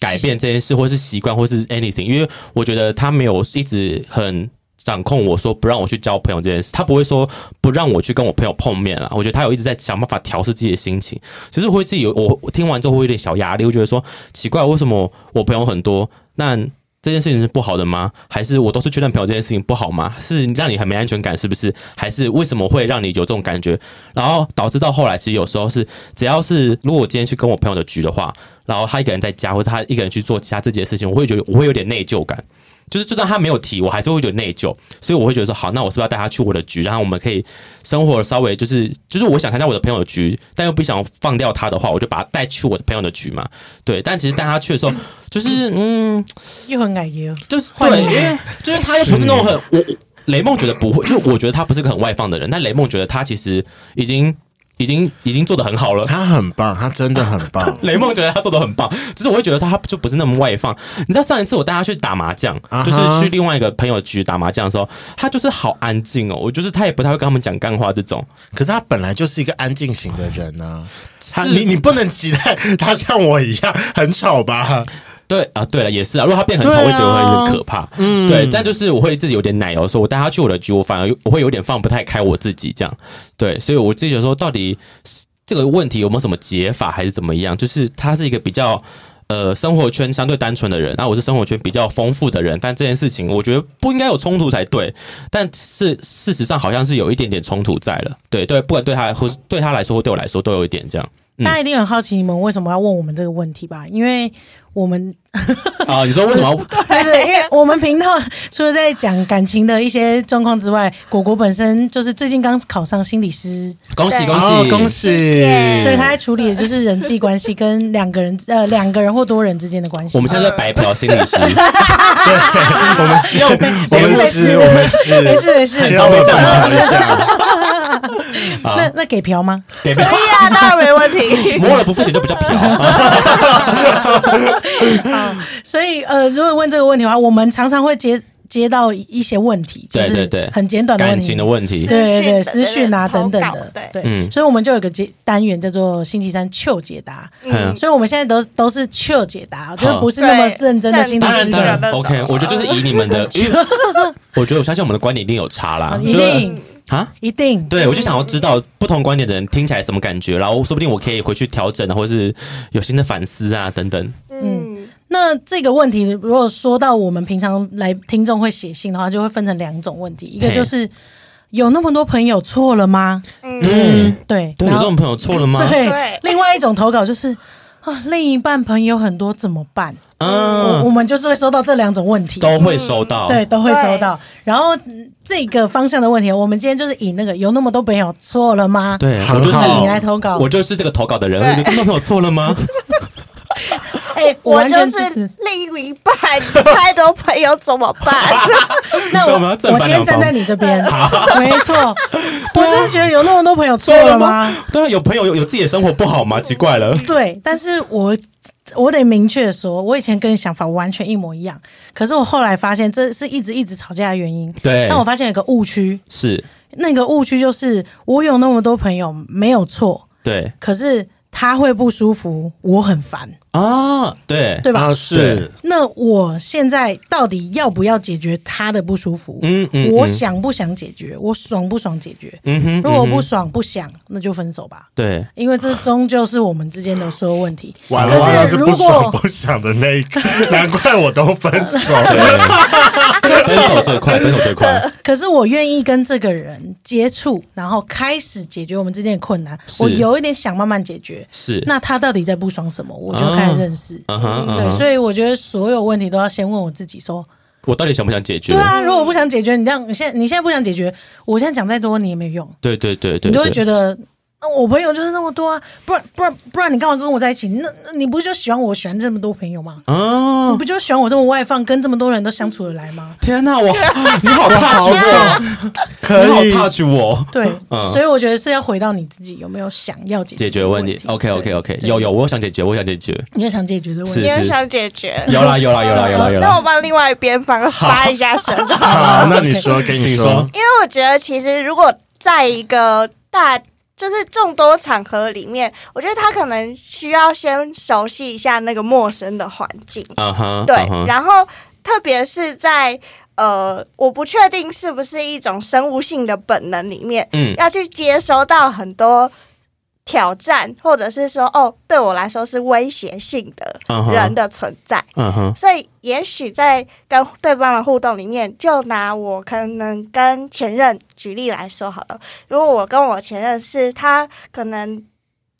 B: 改变这件事，或是习惯，或是 anything，因为我觉得他没有一直很。掌控我说不让我去交朋友这件事，他不会说不让我去跟我朋友碰面了。我觉得他有一直在想办法调试自己的心情。其实我会自己有我我听完之后会有点小压力，我觉得说奇怪，为什么我朋友很多，那这件事情是不好的吗？还是我都是去认朋友这件事情不好吗？是让你很没安全感，是不是？还是为什么会让你有这种感觉？然后导致到后来，其实有时候是只要是如果我今天去跟我朋友的局的话，然后他一个人在家，或者他一个人去做其他自己的事情，我会觉得我会有点内疚感。就是就算他没有提，我还是会有点内疚，所以我会觉得说，好，那我是不是要带他去我的局，然后我们可以生活稍微就是就是我想参加我的朋友的局，但又不想放掉他的话，我就把他带去我的朋友的局嘛。对，但其实带他去的时候，就是嗯，
C: 又很矮油，
B: 就是
C: 换
B: 对，
C: 你
B: 因为就是他又不是那种很我我雷梦觉得不会，就是我觉得他不是个很外放的人，但雷梦觉得他其实已经已经已经做的很好了。
A: 他很棒，他真的很棒
B: 雷梦觉得他做的很棒，只是我会觉得他就不是那么外放。你知道上一次我带他去打麻将
A: 啊哈
B: 就是去另外一个朋友局打麻将的时候，他就是好安静哦，我就是他也不太会跟他们讲干话这种。
A: 可是他本来就是一个安静型的人呢、他
B: 是
A: 你你不能期待他像我一样很吵吧？
B: 对啊，对了，也是啊。如果他变很吵，
A: 对啊
B: 我会觉得会有点可怕。嗯，对，但就是我会自己有点奶油，说我带他去我的局，我反而有我会有点放不太开我自己这样。对，所以我自己就说，到底是这个问题有没有什么解法，还是怎么样？就是他是一个比较。呃，生活圈相对单纯的人，啊那我是生活圈比较丰富的人，但这件事情我觉得不应该有冲突才对，但是事实上好像是有一点点冲突在了，对对，不管对他或是对他来说或对我来说都有一点这样嗯
C: 大家一定很好奇你们为什么要问我们这个问题吧？因为我们
B: 啊、你说为什么要
C: 对对，因为我们频道除了在讲感情的一些状况之外，果果本身就是最近刚考上心理师，
B: 恭喜
D: 对
B: 恭喜、
A: 哦恭
D: 谢
B: 嗯
D: 谢
C: 所以他在处理的就是人际关系跟两个人 呃两个人或多人之间的关系。
B: 我们现在在白嫖心 理师，
A: 我们是， 我
C: 没
A: 们
C: 事
A: 是，我们是，
C: 没事没事，
A: 需要我们好一下。
B: 啊
C: 那那给嫖吗？
B: 给
D: 可以啊，当然没 问题。
B: 摸了不付钱就比 较嫖啊。嗯
C: 所以呃，如果问这个问题的话，我们常常会接接到一些问题，就
B: 对
C: 是
B: 对对
C: 很简短的问
B: 感
C: 题
B: 情的问题，
C: 对对对，
D: 私讯
C: 私
D: 的
C: 讯啊
D: 对
C: 等
D: 对
C: 等
D: 投稿
C: 的，
D: 对
C: 对，
B: 嗯
C: 所以我们就有个节单元叫做星期三糗解答，
B: 嗯，
C: 所以我们现在都都是 chill 解答，就是不是那么认真的心理
B: 当
C: 师
B: 然
D: 是
B: 当
D: 的
B: 然
D: 那 种
B: ，OK，我觉得就是以你们的，因为我觉得我相信我们的观点一定有差啦，
C: 哦一
B: 就是
C: 定
B: 啊。
C: 一定，
B: 对，我就想要知道不同观点的人听起来什么感觉，然后说不定我可以回去调整，或是有新的反思啊等等。
D: 嗯，
C: 那这个问题，如果说到我们平常来听众会写信的话，就会分成两种问题，一个
B: 嘿
C: 就是有那么多朋友错了吗？
B: 嗯，
C: 对，
B: 对，有这
C: 然后
B: 种朋友错了吗？
C: 对
D: 对，
C: 另外一种投稿就是啊，另一半朋友很多怎么办？我
B: 嗯，
C: 我们就是会收到这两种问题，
B: 都会收到。
C: 对，都会收
D: 对
C: 到。然后嗯这个方向的问题，我们今天就是以那个有那么多朋友错了吗？
B: 对，
A: 好
B: 我就是
C: 你来投稿
B: 我就是这个投稿的人。
D: 对
B: 我觉得听众朋友错了吗？
C: 哎、我
D: 我
C: 完
D: 就
C: 全支
D: 是
C: 持。
D: 另一半，太多朋友怎么 办？
C: 那
B: 知道
C: 我
B: 我们要正
C: 我
B: 反
C: 今
B: 两
C: 天站
B: 方
C: 在你这边， 没 错。我真的觉得有那么多朋友错了吗？
B: 对啊，有朋友有有自己的生活不好吗？奇怪了。
C: 对，但是我我得明确地说，我以前跟你想法完全一模一样，可是我后来发现这是一直一直吵架的原因。
B: 对，
C: 但我发现有个误区，
B: 是
C: 那个误区就是我有那么多朋友没有错，
B: 对，
C: 可是。他会不舒服，我很烦，
B: 啊，对，
C: 对吧？
E: 啊，是
C: 那我现在到底要不要解决他的不舒服？
B: 嗯嗯，
C: 我
B: 嗯，
C: 想不想解决？我爽不爽解决？
B: 嗯哼，
C: 如果
B: 嗯哼
C: 不爽不想，那就分手吧，
B: 对，
C: 因为这终究是我们之间的所有 问题。
A: 完了，
C: 可
A: 我
C: 是
A: 要是不
C: 如
A: 爽
C: 果
A: 不想的那一个，难怪我都分手。
B: 对，分手最快，分手最快，
C: 可是我愿意跟这个人接触，然后开始解决我们之间的困难，
B: 是
C: 我有一点想慢慢解决。
B: 是，
C: 那他到底在不爽什么？我就开始认识。
B: 嗯哼，嗯
C: 对，
B: 哼
C: 所以我觉得所有问题都要先问我自己说，
B: 我到底想不想解决
C: 对？啊，如果我不想解决，你这样，你现在你现在不想解决，我现在讲再多你也没有用，
B: 对对对对，
C: 你就会
B: 对
C: 觉得。那我朋友就是那么多啊，不然不然不然你干嘛跟我在一起？那那你不就喜欢我喜欢这么多朋友吗？
B: 啊
C: 你，不就喜欢我这么外放，跟这么多人都相处得来吗？
B: 天哪，我你好 touch 我，
A: 可以
B: 你好 touch 我。
C: 对，
B: 嗯
C: 所以我觉得是要回到你自己有没有想要解决
B: 解决
C: 的
B: 问
C: 问
B: 题，OK OK
C: 对
B: OK，有有，我想解决，我想解决，
C: 你要想解决的问
B: 是
C: 题
D: 你。也想解决。
B: 有啦有啦有啦有啦有
D: 那我
B: 啦，
D: 帮另外一边帮发一下 声，
A: 好，那你说，跟你
B: 请
A: 说，
B: 说，
D: 因为我觉得其实如果在一个大就是众多场合里面，我觉得他可能需要先熟悉一下那个陌生的环境。
B: 嗯哼，
D: 对
B: 嗯哼
D: 然后特别是在呃，我不确定是不是一种生物性的本能里面，
B: 嗯
D: 要去接收到很多挑战，或者是说哦，对我来说是威胁性的
B: 嗯哼
D: 人的存在。
B: 嗯哼，
D: 所以，也许在跟对方的互动里面，就拿我可能跟前任举例来说好了。如果我跟我前任是他可能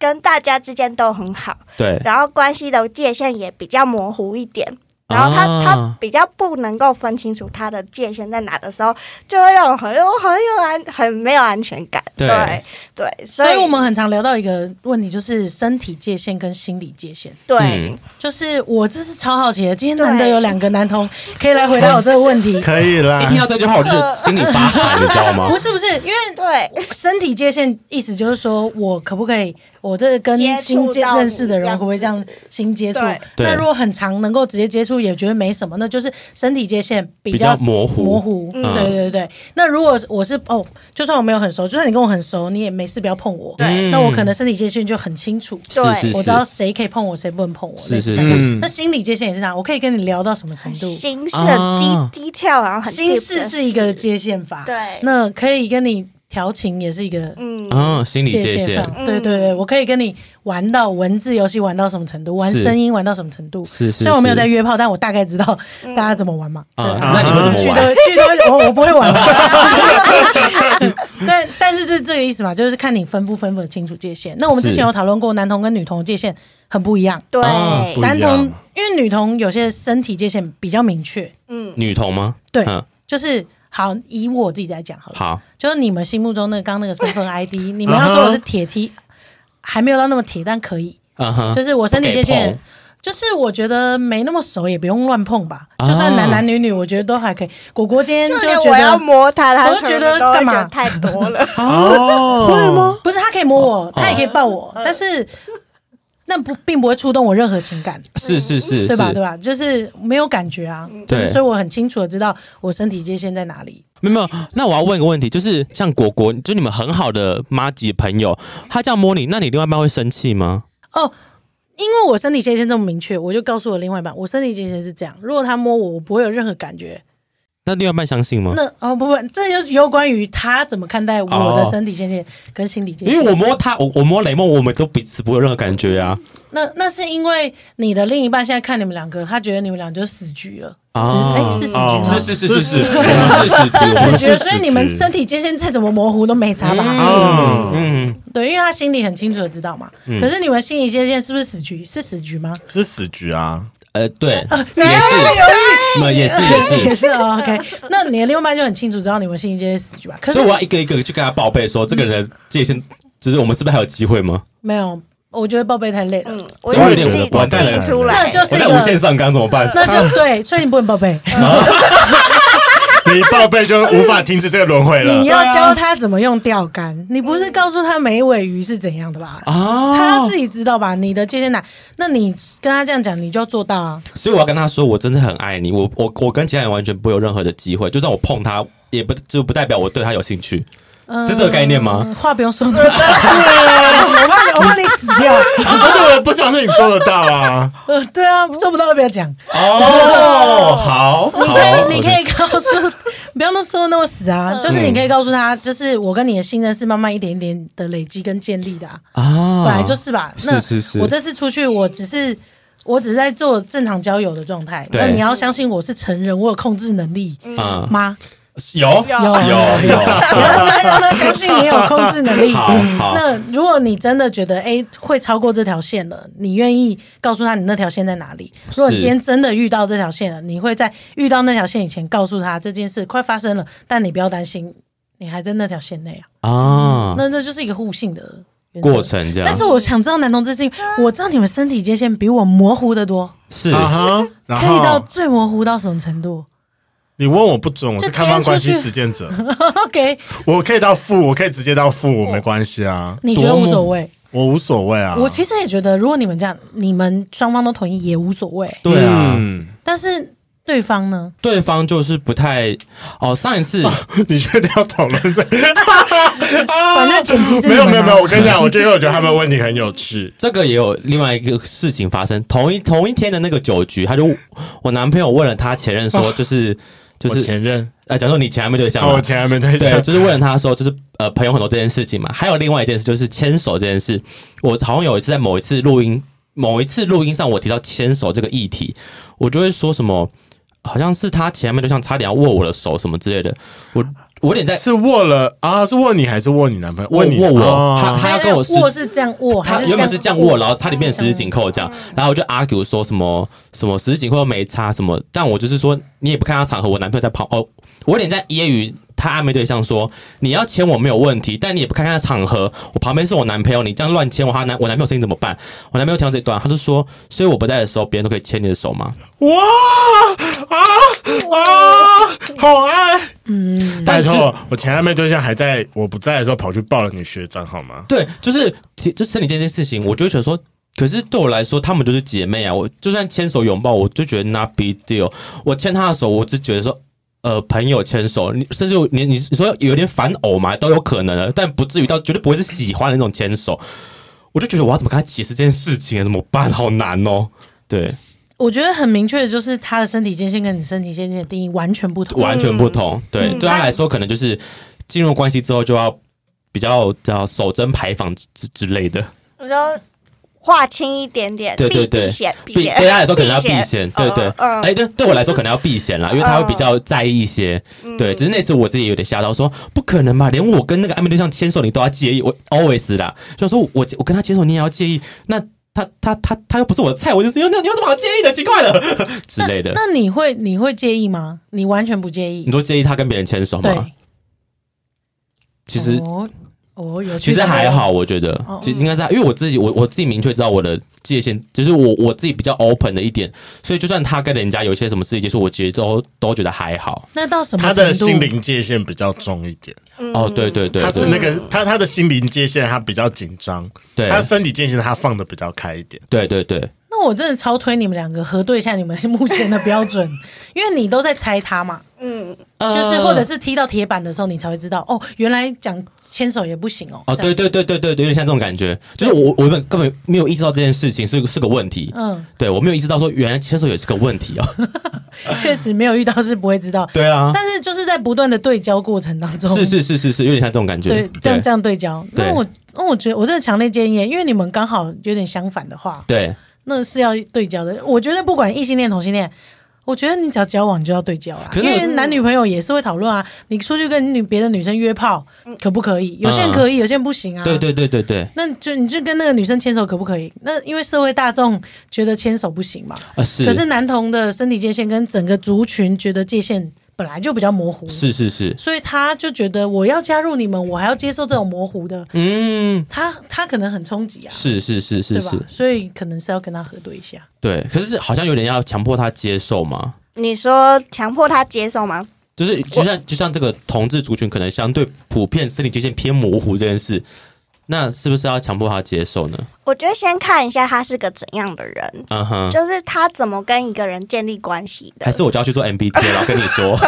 D: 跟大家之间都很好，
B: 对，
D: 然后关系的界限也比较模糊一点，然后他、
B: 啊
D: 他比较不能够分清楚他的界限在哪的时候，就会让我很我很有安很没有安全感。
B: 对
D: 对对所
C: 所以我们很常聊到一个问题，就是身体界限跟心理界限。
D: 对、
B: 嗯
C: 就是我这是超好奇的，今天难得有两个男同可以来回答我这个 问题
A: 可以啦
B: 一。听到这句话我就心里发寒，你知道吗？
C: 不是不是，因为
D: 对，
C: 身体界限意思就是说我可不可以，我这跟
D: 接触
C: 新接
D: 到
C: 认识的
D: 你这
C: 人
D: 样
C: 可不可以这样新接触
D: 对？
B: 对
C: 那如果很长能够直接接触，也觉得没什么，那就是身体界限比
B: 比
C: 较
B: 较模糊
C: 模糊。
B: 嗯
C: 对对对。那如果我是哦，就算我没有很熟，就算你跟我很熟，你也没事不要碰我。
B: 嗯
C: 那我可能身体界限就很清楚。
B: 是是是，
C: 我知道谁可以碰我，谁不能碰我。
B: 是是
C: 类似像
A: 是
C: 那心理界限也是这样，我可以跟你聊到什么程
D: 很
C: 度？
D: 心事
B: 啊
D: 很低低跳，然后很
C: 心事是一个界限法，
D: 对
C: 那可以跟你调情也是一个
D: 嗯
B: 嗯，心理界
C: 界
B: 限
C: 法，对对对，我可以跟你玩到文字游戏玩到什么程度，玩
B: 是
C: 声音玩到什么程度。
B: 是是，
C: 虽然我没有
B: 是
C: 在约炮，但我大概知道大家怎么玩嘛。对
B: 啊，
A: 啊
B: 那你会怎
C: 去
B: 么
C: 都
B: 玩？
C: 去都我我不会玩， 但但是这这个意思嘛，就是看你分不分得清楚界限。那我们之
B: 是
C: 前有讨论过，男同跟女同的界限很不一样。
D: 对、
B: 啊不一
C: 男
A: 样
C: 童因为女童有些身体界限比较明确，
D: 嗯
B: 女同吗？
C: 对
B: 嗯，
C: 就是好以我自己来讲好了，
B: 好，
C: 就是你们心目中那个刚刚那个身 份 ID，你们要说我是铁梯，还没有到那么铁，但可以，
B: 嗯哼，
C: 就是我身体界
B: 不给
C: 限
B: 碰。
C: 就是我觉得没那么熟，也不用乱碰吧。
B: 啊
C: 就算男男女女，我觉得都还可以。果果今天
D: 就
C: 就
D: 连
C: 觉
D: 我要
C: 得
D: 摸他，他
C: 我就
D: 可
C: 觉
D: 能
C: 得
D: 都会
C: 干嘛
D: 觉得太多 了。
A: 哦，会吗？
C: 不是他可以摸
B: 哦
C: 我，他也可以抱我，
B: 嗯
C: 但是那不并不会触动我任何情感。
B: 是是是，
C: 对吧？
B: 是
C: 对吧？就是没有感觉啊，就是
B: 对
C: 所以我很清楚的知道我身体界限在哪里。
B: 没有没有，那我要问一个问题，就是像果果，就你们很好的妈级朋友，他这样摸你，那你另外一半会生气吗？
C: 哦，因为我身体界限这么明确，我就告诉我另外一半，我身体界限是这样。如果他摸我，我不会有任何感觉。
B: 那另外一半相信吗？
C: 那哦不不，这就是有关于他怎么看待我的身体界限跟心理界
B: 因
C: 限。
B: 为我摸他，我我摸雷梦，我们都彼此不会有任何感觉啊。
C: 那那是因为你的另一半现在看你们两个，他觉得你们俩就是死局了。
B: 啊
C: 死哎是死局
A: 哦
C: 吗？
A: 是
B: 是是是，我们是是
C: 就是死
A: 我们是
C: 局，所以你们
A: 死局
C: 身体界限再怎么模糊都没差吧？
A: 嗯，
B: 嗯，
C: 对，因为他心里很清楚的知道嘛。可是你们心理界限是不是死局？是死局吗？哎
A: 是死局啊，
B: 呃，对，也是，嗯也是也
C: 也
B: 是。
C: 是哦 OK，那你的另一半就很清楚知道你们心理界限死局吧？可是
B: 所以我要一个一个去跟他报备，说这个人的界限，就是我们是不是还有机会吗？
C: 没有，我觉得报备太累了。
D: 嗯，我
B: 这有
D: 自
B: 点
D: 己
B: 完蛋了
D: 听出来，
C: 那就是
B: 我
C: 一
B: 在
C: 个
B: 无限上纲怎么办？
C: 那就对，所以你不能报备，
A: 你报备就无法停止这个轮回了
C: 你。
B: 啊
C: 要教他怎么用钓竿。你不是告诉他每一尾鱼是怎样的吧？
B: 啊
C: 他要自己知道吧？你的界限哪？那你跟他这样讲，你就要做到啊。
B: 所以我要跟他说，我真的很爱你，我我我跟其他人完全不会有任何的机会，就算我碰他，也不就不代表我对他有兴趣，是这个概念吗？
C: 嗯话不用说那么多，我怕你我怕你死掉。
A: 啊以你做得到啊！
C: 呃， 对啊，做不到就不要讲。
B: 哦，好，
C: 你
B: 好
C: 可以，你可
B: OK
C: 以告诉，不要那么说那么死啊，就是你可以告诉他，就是我跟你的信任是慢慢一点一点的累积跟建立的、啊，
B: 啊，
C: 本来就是吧。那
B: 是是是
C: 我这次出去，我只是我只是在做正常交友的状态。
B: 对
C: 那你要相信我是成人，我有控制能力
B: 啊，
C: 吗？
B: 有有
C: 有
D: 有
B: 有，
C: 你要让他相信你有控制能力。
B: 好好
C: 那如果你真的觉得哎、诶会超过这条线了，你愿意告诉他你那条线在哪里？如果你今天真的遇到这条线了，你会在遇到那条线以前告诉他这件事快发生了，但你不要担心，你还在那条线内啊。
B: 啊，
C: 那那就是一个互信的原则
B: 过。程这样
C: 但是我想知道男同志是因为，
B: 嗯
C: 我知道你们身体界限比我模糊的多，
B: 是
A: 啊哈，然
C: 可以到
A: 后
C: 最模糊到什么程度
A: 你问我不准，我是
C: 就
A: 开放关系
C: 今天出去
A: 实践者，
C: ？OK，
A: 我可以到负，我可以直接到负，我没关系啊，
C: 你觉得无所谓？
A: 我无所谓啊。
C: 我其实也觉得，如果你们这样，你们双方都同意也无所谓。
B: 对啊，
A: 嗯
C: 但是对方呢？
B: 对方就是不太哦，上一次
A: 你确定要讨论这？
B: 啊
C: 反正剪辑是
A: 没有
C: 你
A: 没有
C: 们吗
A: 没有，我跟你讲，我觉得我觉得他们问题很有趣。
B: 这个也有另外一个事情发生，同一同一天的那个酒局，他就我男朋友问了他前任说，就是就
A: 啊我
B: 是
A: 前任，
B: 呃，假如说你前还没对象
A: 哦，我
B: 嘛，
A: 前还没对
B: 对，
A: 象，
B: 就是问了他说，就是呃朋友很多这件事情嘛，还有另外一件事就是牵手这件事，我好像有一次在某一次录音某一次录音上我提到牵手这个议题，我就会说什么，好像是他前面对象差点要握我的手什么之类的，我我有点在
A: 是握了啊？是握你还是握你男朋友？
B: 握
A: 你
B: 握我，他
A: 哦
B: 他要跟我是
C: 握是这样握，还
B: 他
C: 是
B: 原本哦是这样握，然后差点变
C: 还
B: 十
C: 是
B: 指紧扣这样，嗯然后我就 argue 说什么什么十指紧扣没差什么，但我就是说你也不看他场合，我男朋友在旁哦，我有点在揶揄他暧昧对象说你要牵我没有问题，但你也不看看场合，我旁边是我男朋友，你这样乱牵我，他男我男朋友声音怎么办？我男朋友听到这段，他就说，所以我不在的时候，别人都可以牵你的手吗？
A: 哇啊啊！好爱，嗯拜
B: 但就
A: 托，我前暧昧对象还在我不在的时候跑去抱了你学长好吗？
B: 对，就是其就身体这件事情，我就会觉得说，可是对我来说，她们就是姐妹啊。我就算牵手拥抱，我就觉得 not big deal。我牵她的手，我只觉得说。呃，朋友牵手，你甚至我你你你说有点反偶嘛，都有可能的，但不至于到绝对不会是喜欢的那种牵手。我就觉得我要怎么跟她解释这件事情啊？怎么办？好难哦。对，
C: 我觉得很明确的就是他的身体界限跟你身体界限的定义完全不同。
B: 完全不同。对，
D: 嗯
B: 对她来说，可能就是进入关系之后就要比较叫守贞牌坊之之之类的。
D: 你说划清一点点，
B: 对对
D: 避
B: 对
D: 避险，避
B: 避
D: 险，
B: 对他来说可能要避嫌，对对，
D: 嗯
B: 哎，对对我来说可能要避嫌啦，因为他会比较在意一些，对，只是那次我自己有点吓到，说不可能吧，连我跟那个暧昧对象牵手你都要介意，我 always 啦，就说我我跟他牵手你也要介意，那他他他他又不是我的菜，我就是那你有什么好介意的，奇怪了之类的。
C: 那你会你会介意吗？你完全不介
B: 你
C: 意？
B: 说介意他跟别人牵手吗
C: 对？，
B: 其实
C: 哦哦，有趣
B: 其实
C: 的
B: 还好，我觉得
C: 哦
B: 其实应该是，因为我自己我我自己明确知道我的界限，就是我我自己比较 open 的一点，所以就算他跟人家有一些什么肢体接触，我其实都都觉得还好。
C: 那到什么
A: 他
C: 程度？
A: 的心灵界限比较重一点，
B: 哦，
C: 嗯
B: 对对对
A: 他是
B: 对
A: 那个他他的心灵界限他比较紧张，
B: 对
A: 他身体界限他放的比较开一点。
B: 对对对，
C: 那我真的超推你们两个核对一下你们目前的标准，因为你都在猜他嘛，
D: 嗯，
C: 就是
B: 呃
C: 或者是踢到铁板的时候，你才会知道哦，原来讲牵手也不行哦。
B: 哦，
C: 这
B: 对，
C: 样
B: 对对对对对，有点像这种感觉，就是我我本根本没有意识到这件事情是是个问题，
C: 嗯，
B: 对我没有意识到说原来牵手也是个问题啊。
C: 确实没有遇到是不会知道，
B: 对 啊，
C: 但是就是在不断的对焦过程当中，
B: 是是是是是，有点像这种感觉
C: 对，这样这样对焦。
B: 对
C: 那我那我觉得我真的强烈建议，因为你们刚好有点相反的话，
B: 对
C: 那是要对焦的。我觉得不管异性恋同性恋。我觉得你只要交往就要对焦啊，
B: 可
C: 因
B: 是
C: 为男女朋友也是会讨论啊。你出去跟女别的女生约炮，可不可以？有些人可以，有些人不行啊。
B: 嗯对对对对对，
C: 那就你就跟那个女生牵手可不可以？那因为社会大众觉得牵手不行嘛，
B: 啊是
C: 可是男童的身体界限跟整个族群觉得界限本来就比较模糊，
B: 是是是，
C: 所以他就觉得我要加入你们，我还要接受这种模糊的，
B: 嗯，
C: 他他可能很冲击啊，
B: 是是是是
C: 对
B: 是
C: 吧？，所以可能是要跟他核对一下。
B: 对，可是好像有点要强迫他接受嘛。
D: 你说强迫他接受吗？
B: 就是就像就像这个同志族群可能相对普遍身体界限偏模糊这件事，那是不是要强迫他接受呢？
D: 我觉得先看一下他是个怎样的人，
B: 嗯哼，
D: 就是他怎么跟一个人建立关系的
B: 还。是我就要去做 MBTI，然后跟你 说。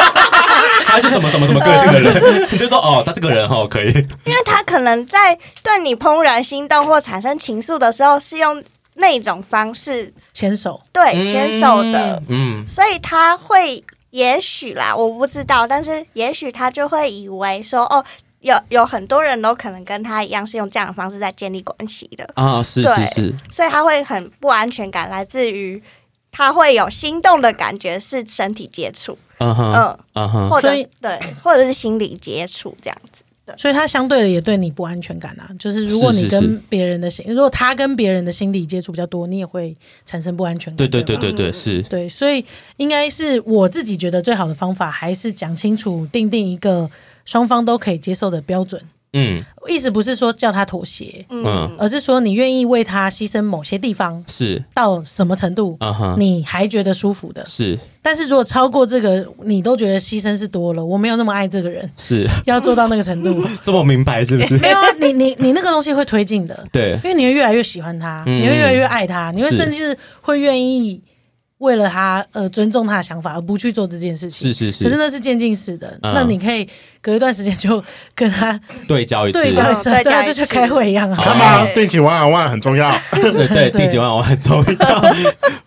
B: 他是什么什么什么个性的人， 你就说哦，他这个人哦可以，
D: 因为他可能在对你怦然心动或产生情愫的时候，是用那种方式，
C: 牵手，
D: 对牵手的，
B: 嗯，
D: 所以他会也许啦，我不知道，但是也许他就会以为说，哦，有有很多人都可能跟他一样是用这样的方式在建立关系的，
B: 嗯啊，是
D: 对
B: 是是，
D: 所以他会很不安全感，来自于他会有心动的感觉是身体接触，
B: 嗯哼，
D: 嗯，
B: 嗯哼，
D: 或者
C: 所以
D: 对，或者是心理接触这样子，
C: 所以他相对的也对你不安全感啊。就是如果
B: 是
C: 你
B: 是
C: 跟别人的心，如果他跟别人的心理接触比较多，你也会产生不安全感。
B: 对对对
C: 吧
B: 对对，是，
C: 对，所以应该是我自己觉得最好的方法，还是讲清楚，定定一个双方都可以接受的标准。
B: 嗯
C: 意思不是说叫他妥协，
B: 嗯，
C: 而是说你愿意为他牺牲某些地方
B: 是，
C: 到什么程度，
B: 嗯哼，
C: 你还觉得舒服的。
B: 是
C: 但是如果超过这个，你都觉得牺牲是多了，我没有那么爱这个人，
B: 是，
C: 要做到那个程度，
B: 这么明白是不 是？
C: 没有啊，你你你那个东西会推进的，
B: 对，
C: 因为你会越来越喜欢他，
B: 嗯
C: 你会越来越爱他，你会
B: 是
C: 甚至会愿意为了他呃尊重他的想法，而不去做这件事
B: 是
C: 情。
B: 是
C: 可是
B: 是，
C: 那是渐进式的，
B: 嗯
C: 那你可以隔一段时间就跟他
B: 对焦一次，
C: 对焦一次，
D: 嗯
C: 对啊，
D: 对焦
C: 就
D: 一次
C: 像开会一样
B: 好
C: 啊。
A: 干嘛定期玩玩玩很重要，
B: 对对，
C: 对
B: 第几万我很 重要，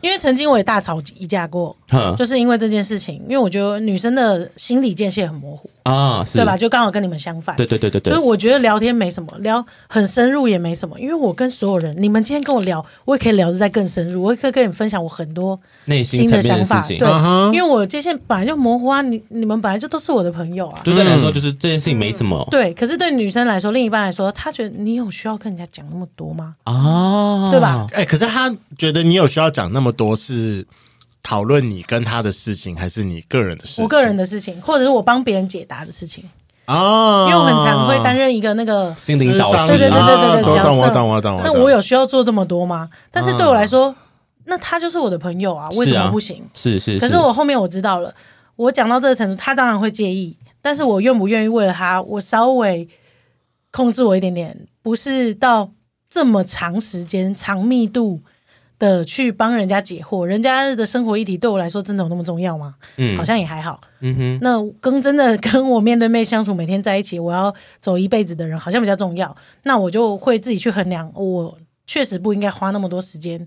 C: 因为曾经我也大吵一架过，
B: 哼
C: 就是因为这件事情，因为我觉得女生的心理界限很模糊，
B: 啊，是
C: 对吧？？就刚好跟你们相反。
B: 对对对对
C: 所
B: 对
C: 以，我觉得聊天没什么，聊很深入也没什么，因为我跟所有人，你们今天跟我聊，我也可以聊得再更深入，我也可以跟你分享我很多
B: 内心
C: 新
B: 层面
C: 的想
B: 的事
C: 法，
B: 情
C: 对。
A: 嗯哼
C: 因为我界限本来就模糊啊，你你们本来就都是我的朋友啊，
B: 对对来说，就是这件事情没什么
C: 对。可是对女生来说，另一半来说，她觉得你有需要跟人家讲那么多吗？
B: 啊，
C: 对吧？
A: 哎、可是他觉得你有需要讲那么多是讨论你跟他的事情，还是你个人的事情？
C: 我个人的事情，或者是我帮别人解答的事情，
A: 啊，
C: 因为我很常会担任一个那个，
B: 心灵导师，啊
C: 对对对对对对
A: 我
C: 角色
A: 啊懂我懂我懂我懂。
C: 那我有需要做这么多吗？但是对我来说，那他就是我的朋友啊，为什
B: 是啊
C: 么不行？
B: 是是，
C: 可是我后面我知道了，我讲到这个程度，他当然会介意，但是我愿不愿意为了他，我稍微控制我一点点，不是到这么长时间、长密度的去帮人家解惑，人家的生活议题对我来说真的有那么重要吗？
B: 嗯
C: 好像也还好。
B: 嗯哼，
C: 那跟真的跟我面对面相处，每天在一起，我要走一辈子的人，好像比较重要。那我就会自己去衡量，我确实不应该花那么多时间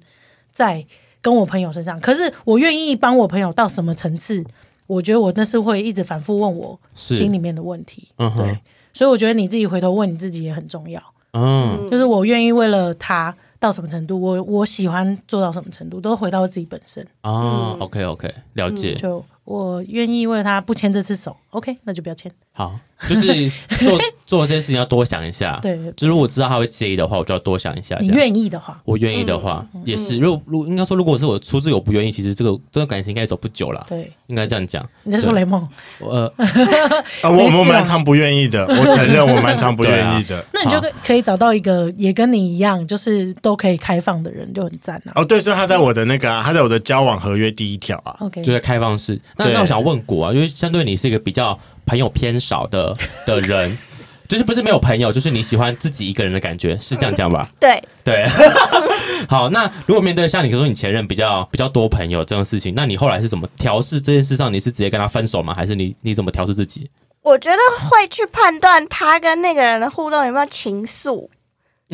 C: 在跟我朋友身上。可是我愿意帮我朋友到什么层次？我觉得我那是会一直反复问我
B: 是
C: 心里面的问题。
B: 嗯哼
C: 对，所以我觉得你自己回头问你自己也很重要。
B: 嗯
C: 就是我愿意为了他到什么程度，我我喜欢做到什么程度，都回到自己本身。嗯
B: 啊，OK OK，了解，
C: 就我愿意为他不牵这次手，OK，那就不要牵。
B: 好，就是做 做这些事情要多想一下，
C: 对
B: 就是如果知道他会介意的话，我就要多想一下，
C: 你
B: 这样
C: 愿意嗯的话，
B: 我愿意的话，也是。如果如应该说，如果是我出自我不愿意，其实这个这段感情应该走不久了，
C: 对，
B: 应该这样讲。
C: 你在说哎雷梦，
B: 呃，
A: 啊，我
C: 没事啊
A: 我蛮常不愿意的，我承认我蛮 常不愿意的。
C: 那你就
B: 好
C: 跟可以找到一个也跟你一样，就是都可以开放的人，就很赞啊。
A: 哦，对，所以他在我的那个、啊，他在我的交往合约第一条啊，
C: OK，
B: 就在开放式。那
A: 对
B: 那我想问果啊，因为相对你是一个比较朋友偏少的的人， 就是不是没有朋友，就是你喜欢自己一个人的感觉，是这样讲吧？
D: 对，
B: 对， 好，那如果面对像你说你前任比较比较多朋友这种事情，那你后来是怎么调试这件事上？你是直接跟他分手吗？还是你你怎么调试自己？
D: 我觉得会去判断他跟那个人的互动有没有情愫。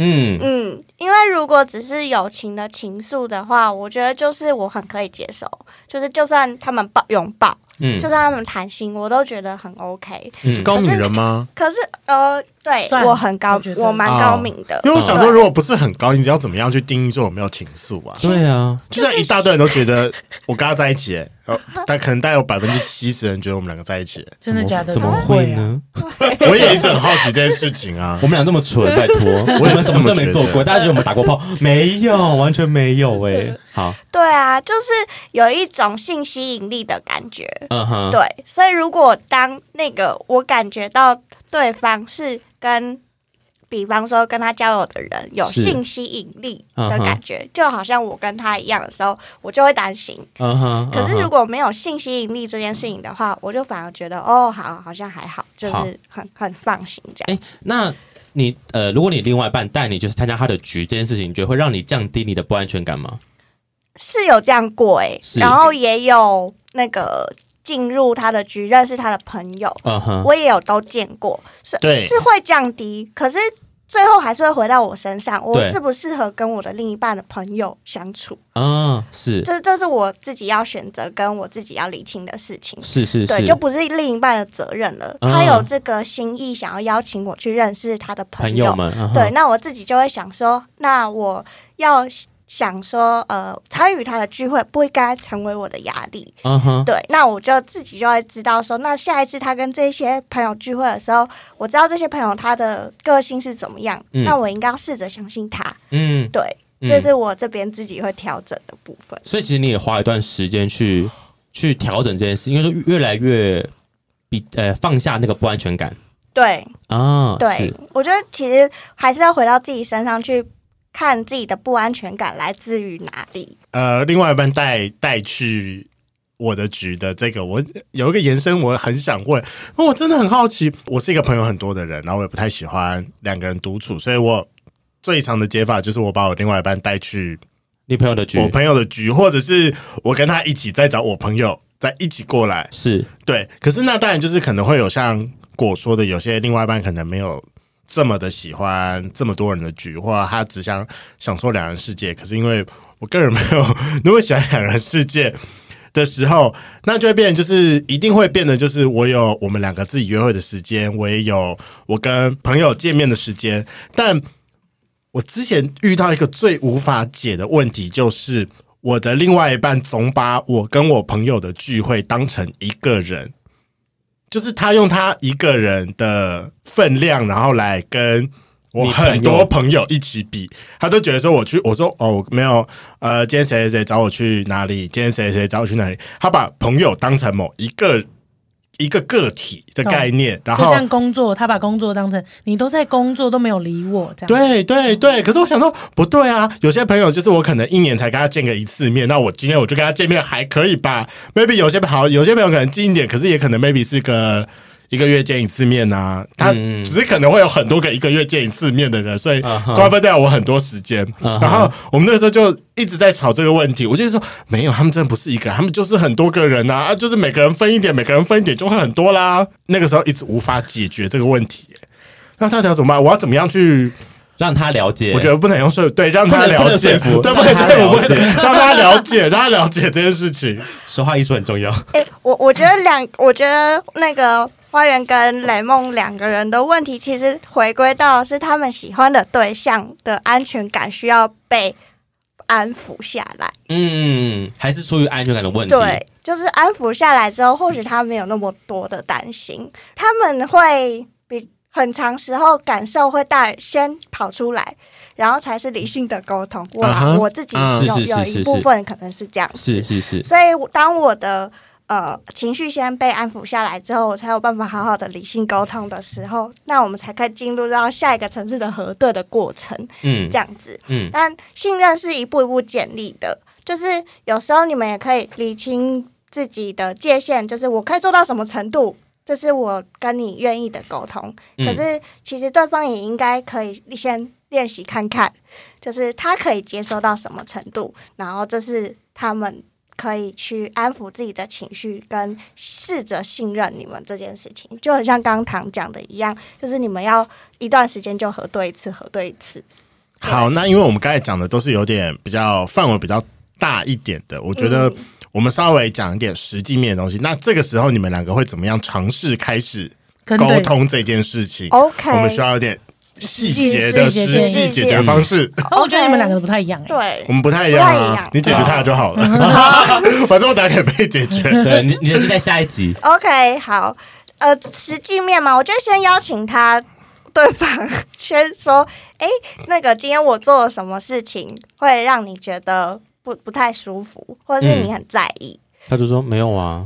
B: 嗯
D: 嗯，因为如果只是友情的情愫的话，我觉得就是我很可以接受，就是就算他们抱拥抱，
B: 嗯
D: 就算他们谈心，我都觉得很 OK。
A: 是高敏人吗？
D: 可是呃，对
C: 算
D: 我很高
C: 我觉，得
D: 我蛮高明的。
A: 哦因为我想说，
D: 对
A: 如果不是很高，你只要怎么样去定义说有没有情愫啊？
B: 对啊，
A: 就像一大堆人都觉得我跟他在一起、欸，呃，但可能大概有百分之七十人觉得我们两个在一起、
C: 真的假的？
B: 怎么
C: 么
B: 会
C: 啊？
B: 呢？
A: 我也一直很好奇这件事情啊
B: 我。们俩这么蠢，拜托，我
A: 也
B: 们
A: 是这
B: 什
A: 么
B: 么事都没做
A: 觉得
B: 过，大家觉得我们打过炮？没有，完全没有哎。好，
D: 对啊，就是有一种性吸引力的感觉。
B: 嗯哼，
D: 对，所以如果当那个我感觉到对方是跟，比方说跟他交友的人有
B: 是
D: 性吸引力
B: 嗯
D: 的
B: 哼
D: 感觉，就好像我跟他一样的时候，我就会担心。
B: 嗯哼。
D: 可是
B: 嗯哼
D: 如果没有性吸引力这件事情的话，我就反而觉得哦，好，好像还好，就
B: 好
D: 是很很放心这样。
B: 哎、那你呃，如果你另外一半带你就是参加他的局这件事情，你觉得会让你降低你的不安全感吗？
D: 是有这样过哎、
B: 是
D: 然后也有那个进入他的局认识他的朋友，
B: 嗯哼，
D: 我也有都见过，是
A: 对
D: 是会降低，可是最后还是会回到我身上，我
B: 对
D: 适不适合跟我的另一半的朋友相处，
B: 啊，是
D: 这这是我自己要选择跟我自己要理清的事情。
B: 是是
D: 对，
B: 是，
D: 就不是另一半的责任了。
B: 嗯
D: 他有这个心意，想要邀请我去认识他的
B: 朋友们，啊哈
D: 对，那我自己就会想说，那我要想说，呃，参与他的聚会不应该成为我的压力。
B: 嗯哼，
D: 对，那我就自己就会知道说，那下一次他跟这些朋友聚会的时候，我知道这些朋友他的个性是怎么样，
B: 嗯
D: 那我应该要试着相信他。
B: 嗯，
D: 对，
B: 嗯
D: 这是我这边自己会调整的部分。
B: 所以其实你也花一段时间去去调整这件事，因为说越来越比呃放下那个不安全感
D: 对，
B: 啊，
D: 对
B: 是，
D: 我觉得其实还是要回到自己身上去看自己的不安全感来自于哪里。
A: 呃，另外一半带带去我的局的这个，我有一个延伸，我很想问，因为我真的很好奇。我是一个朋友很多的人，然后我也不太喜欢两个人独处，所以我最常的解法就是我把我另外一半带去
B: 你朋友的局
A: 我朋友的局，或者是我跟他一起再找我朋友再一起过来。
B: 是
A: 对，可是那当然就是可能会有像果说的，有些另外一半可能没有这么的喜欢这么多人的局，或者他只想享受两人世界。可是因为我个人没有 那么喜欢两人世界的时候，那就会变，就是一定会变得，就是我有我们两个自己约会的时间，我也有我跟朋友见面的时间，但。我之前遇到一个最无法解的问题，就是我的另外一半总把我跟我朋友的聚会当成一个人，就是他用他一个人的分量，然后来跟我
B: 你朋友
A: 很多朋友一起比，他都觉得说我去，我说哦我没有，呃，今天谁谁谁找我去哪里，今天谁谁谁找我去哪里，他把朋友当成某一个一个个体的概念，然
C: 哦就
A: 后
C: 像工作，他把工作当成你都在工作都没有理我这样。
A: 对对对，可是我想说不对啊，有些朋友就是我可能一年才跟他见个一次面，那我今天我就跟他见面还可以吧？maybe 有些好，有些朋友可能近一点，可是也可能 maybe 是个。一个月见一次面呐、他
B: 嗯
A: 只是可能会有很多个一个月见一次面的人，所以
B: 啊哈
A: 瓜分掉我很多时间。
B: 啊哈
A: 然后我们那时候就一直在吵这个问题，我就说没有，他们真的不是一个，他们就是很多个人呐、啊，就是每个人分一点，每个人分一点就会很多啦。那个时候一直无法解决这个问题、那到底要怎么办？我要怎么样去
B: 让他了解，
A: 我觉得不能用说服，对，让
B: 不
A: 他
B: 能不
A: 了
B: 能
A: 解，
B: 说服
A: 对，不
B: 让
A: 能
B: 他
A: 说服，
B: 了
A: 不能让他了解，让他了解这件事情。
B: 说话艺术很重要，
D: 诶，我我觉得两，我觉得那个花园跟雷梦两个人的问题，其实回归到是他们喜欢的对象的安全感需要被安抚下来。
B: 嗯，还是出于安全感的问题，
D: 对，就是安抚下来之后，或许他没有那么多的担
B: 嗯
D: 心，他们会比很长时候感受会带先跑出来，然后才是理性的沟通。我、
A: 啊哈
D: 我自己
A: 嗯
D: 有
B: 是是
D: 有
B: 是
D: 一
B: 是
D: 部分可能是这样，
B: 嗯是是是，
D: 所以我当我的。呃，情绪先被安抚下来之后，我才有办法好好的理性沟通的时候，那我们才可以进入到下一个层次的核对的过程，
B: 嗯
D: 这样子。
B: 嗯
D: 但信任是一步一步建立的，就是有时候你们也可以理清自己的界限，就是我可以做到什么程度，这是我跟你愿意的沟通。可
B: 嗯，
D: 是其实对方也应该可以先练习看看，就是他可以接受到什么程度，然后这是他们。可以去安抚自己的情绪，跟试着信任你们这件事情，就很像刚刚唐讲的一样，就是你们要一段时间就核对一次，核对一次。
A: 好，那因为我们刚才讲的都是有点比较范围比较大一点的，我觉
D: 嗯
A: 得我们稍微讲一点实际面的东西。那这个时候你们两个会怎么样尝试开始
C: 跟
A: 沟
C: 对
A: 通这件事情？
D: OK，
A: 我们需要一点细节的
C: 细
A: 实
C: 节
A: 际解决方式。
C: 哦我觉得你们两个都不太一样哎、
D: 对
A: 我，们不太一样
D: 不太一
A: 啊
D: 样，
A: 你解决他的就好了， 反正我打给被解决。
B: 对你你的是在下一集，
D: OK，好，呃，实际面嘛，我就先邀请他对方先说，哎、那个今天我做了什么事情会让你觉得不不太舒服，或者是你很在意？
B: 他就说没有啊，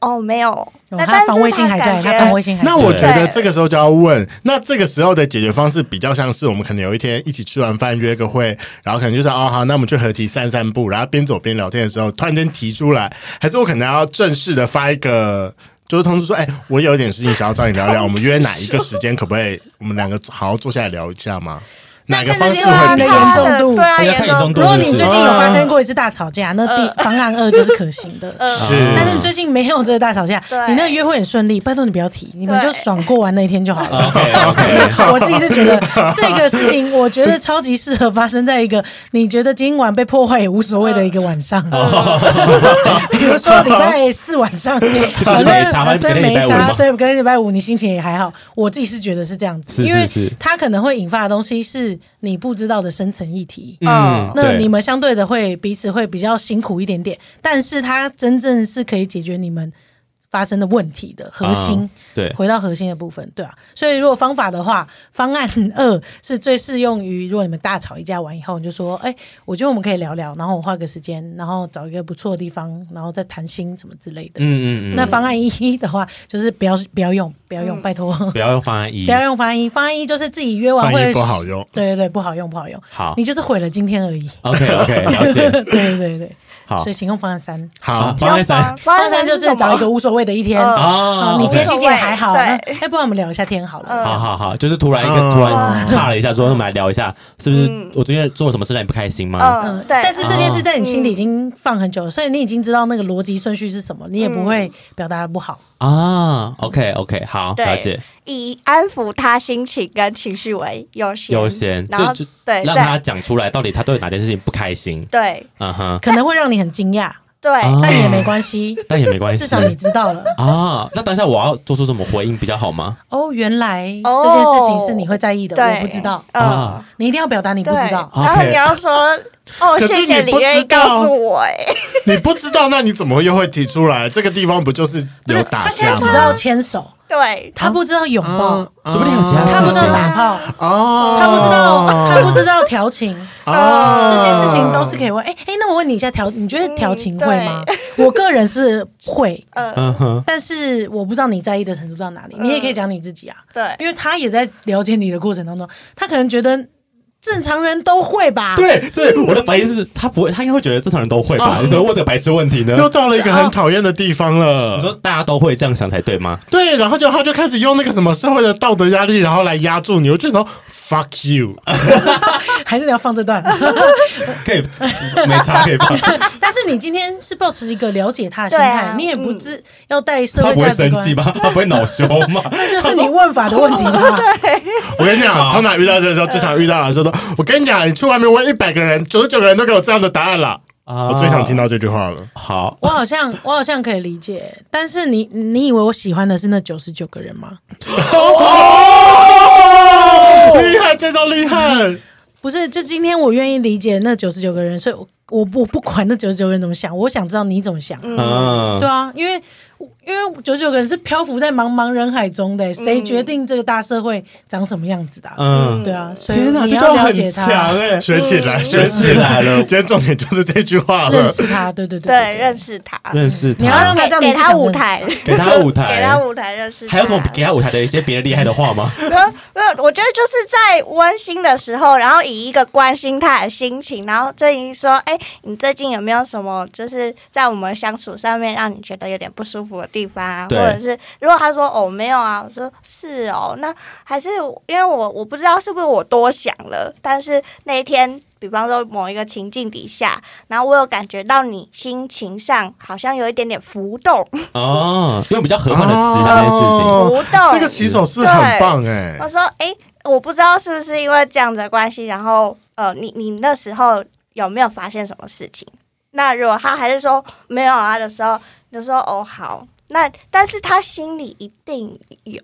D: 哦，没有，
C: 哦
D: 那
C: 他
D: 但
C: 的防卫
D: 是
C: 性还在，
D: 感
C: 他防
D: 觉
C: 卫性还在。
A: 那我觉得
D: 对
A: 这个时候就要问，那这个时候的解决方式比较像是我们可能有一天一起吃完饭约个会，然后可能就是哦好，那我们去合体散散步，然后边走边聊天的时候，突然间提出来，还是我可能要正式的发一个。就是通知说，哎、我有点事情想要找你聊聊，我们约哪一个时间，可不可以？我们两个好好坐下来聊一下吗？哪个方式
D: 对
A: 会
D: 啊，
A: 比
C: 那
A: 较
C: 个
A: 好
C: 严重度
D: 对啊，
B: 要看
D: 严
B: 严重度
C: 如果你
B: 是不
C: 最
B: 是
C: 近有发生过一次大吵架，那第方案二就是可行的。
B: 啊
D: 呃
A: 是
C: 但是最近没有这个大吵架
D: 对，
C: 你那个约会很顺利，拜托你不要提，你们就
D: 对
C: 爽过完那一天就好了。
B: 啊 OK OK，
C: 我自己是觉得这个事情，我觉得超级适合发生在一个你觉得今晚被破坏也无所谓的一个晚上，
D: 哦
C: 比如说礼拜四晚 上，反
B: 没差
C: 正
B: 反正
C: 对
B: 隔天
C: 没
B: 礼拜五
C: 差
B: 嘛，
C: 对，隔天礼拜五你心情也还好。我自己是觉得是这样子，
B: 是
C: 因为
B: 是是
C: 它可能会引发的东西是你不知道的深层议题。
B: 嗯，
C: 那
B: 对
C: 你们相对的会彼此会比较辛苦一点点，但是它真正是可以解决你们发生的问题的核心。
B: 啊对
C: 回到核心的部分，对啊。所以如果方法的话，方案二是最适用于如果你们大吵一架完以后，你就说，哎、我觉得我们可以聊聊，然后我花个时间，然后找一个不错的地方，然后再谈心什么之类的。
B: 嗯嗯嗯，
C: 那方案一的话，就是不要不要用，不要用，拜托。
B: 不要用方案一
C: 不，要用方案一，方案一就是自己约完
A: 翻译
C: 会
A: 不好用。
C: 对对对，不好用，不好用。
B: 好
C: 你就是毁了今天而已。
B: ，OK OK，了
C: 对
B: 解，
C: 对对对，
B: 好
C: 所以，行动方案三，
A: 好，
B: 方案三，
D: 方
C: 方案三就是找一个无所谓的一天。
D: 嗯
B: 啊
A: 哦
C: 啊，你今天心情也还好，那
D: 对嗯
C: 哎，不然我们聊一下天好了。
B: 好好好，就是突然一个
A: 嗯
B: 突然岔了一下，说那我们来聊一下，是不是我最近做了什么事让你不开心吗？
D: 嗯，对，嗯
C: 但是这件事在你心里已经放很久了，所以你已经知道那个逻辑顺序是什么，你也不会表达的不好。
B: 啊，OK OK，好，
D: 对
B: 了解，
D: 以安抚他心情跟情绪为优先，
B: 优先，
D: 然后
B: 所以就
D: 对，
B: 让
D: 再
B: 他讲出来到底他对哪件事情不开心，
D: 对
B: 嗯哼，
C: 可能会让你很惊 讶，
D: 对，
B: 啊
C: 但也没关系，
B: 但也没关系，
C: 至少你知道了。
B: 啊，那当下我要做出什么回应比较好吗？
C: 哦，原来
D: 哦
C: 这件事情是你会在意的，
D: 对
C: 我不知道。
D: 嗯
B: 啊，
C: 你一定要表达你不
D: 对，
C: 知道，
D: 然后
B: OK
D: 你要说哦，
A: 可是
D: 谢谢
A: 你
D: 你
A: 不
D: 愿意
A: 知道
D: 告诉我，哎，
A: 你不知道，那你怎么会又会提出来？这个地方不就是有打
C: 他现在
A: 架
C: 只知道
A: 吗？啊哦
C: 牵手，
D: 对，
C: 他不知道拥抱，
B: 说不定有其他事情
C: 他不知道打炮，
A: 哦，
C: 他不知道，他不知道调情，
A: 哦
C: 呃这些事情都是可以
B: 嗯
C: 问。哎、哎、那我问你一下，调你觉得调情会吗
D: 嗯？
C: 我个人是会，
B: 嗯哼，
C: 但是我不知道你在意的程度到哪
B: 嗯
C: 里。你也可以讲你自己啊，
D: 对，
C: 因为他也在了解你的过程当中，他可能觉得正常人都会吧。
B: 对啊对，我的反应是他不会，他应该会觉得正常人都会吧？你怎么会问这个白痴问题呢？
A: 又到了一个很讨厌的地方
B: 你说
A: 了。
B: 大家都会这样想才对吗？
A: 对，然后就他就开始用那个什么社会的道德压力，然后来压住你。我就想说 fuck you，
C: 还是你要放 这段。
B: 可以，没差可以放，
C: 但是你今天是保持一个了解他的心
D: 对
C: 态，
D: 啊
C: 你也不
D: 嗯
C: 知、要带社
B: 他
C: 会
B: 不会
C: 价值
B: 生气
C: 观。
B: 吗？他不会恼羞吗？
C: 这就是你问法的问题嘛？
A: 我跟你讲，通常遇到这个时候，最常遇到的时候说，我跟你讲，你去外面问一百个人，九十九个人都给我这样的答案了。
B: 啊
A: 我最常听到这句话了。
B: 好，
C: 我好像我好像可以理解，但是你你以为我喜欢的是那九十九个人吗？
A: 厉害，这招厉害！
C: 不是，就今天我愿意理解那九十九个人，所以我我我不管那九十九个人怎么想，我想知道你怎么想。
B: 嗯
C: 对，啊，因为因为九十九个人是漂浮在茫茫人海中的，谁决定这个大社会长什么样子的啊、
B: 嗯，
C: 对啊，所以
B: 天哪，
C: 你
B: 这
C: 要
B: 招
C: 了
B: 很
C: 解
B: 强
C: 他，
B: 哎，
A: 学起来，学起来了。今天重点就是这句话
C: 认
A: 了。
C: 识他，对对对
D: 对，认
C: 识
D: 识他，
B: 认识
C: 你要让
B: 他，
C: 他知道
D: 给
C: 你
D: 给
C: 是
D: 他
C: 想
D: 舞
C: 认识
D: 台，
B: 给他 舞台，
D: 给他舞台认识他，
B: 还有什么给他舞台的一些别人厉害的话 吗？
D: 没有没有，我觉得就是在温馨的时候，然后以一个关心他的心情，然后最近说，哎、你最近有没有什么就是在我们相处上面让你觉得有点不舒服的地方啊？或
B: 对
D: 者是如果他说哦没有啊，我说是哦，那还是因为我我不知道是不是我多想了，但是那一天。比方说某一个情境底下，然后我有感觉到你心情上好像有一点点浮动，
B: 哦，用比较和缓的词讲这件事情，
A: 哦
D: 浮动。
A: 这个起手是很棒哎、
D: 我说，哎、我不知道是不是因为这样的关系，然后呃，你你那时候有没有发现什么事情？那如果他还是说没有啊的时候，你就说哦好，那但是他心里一定有，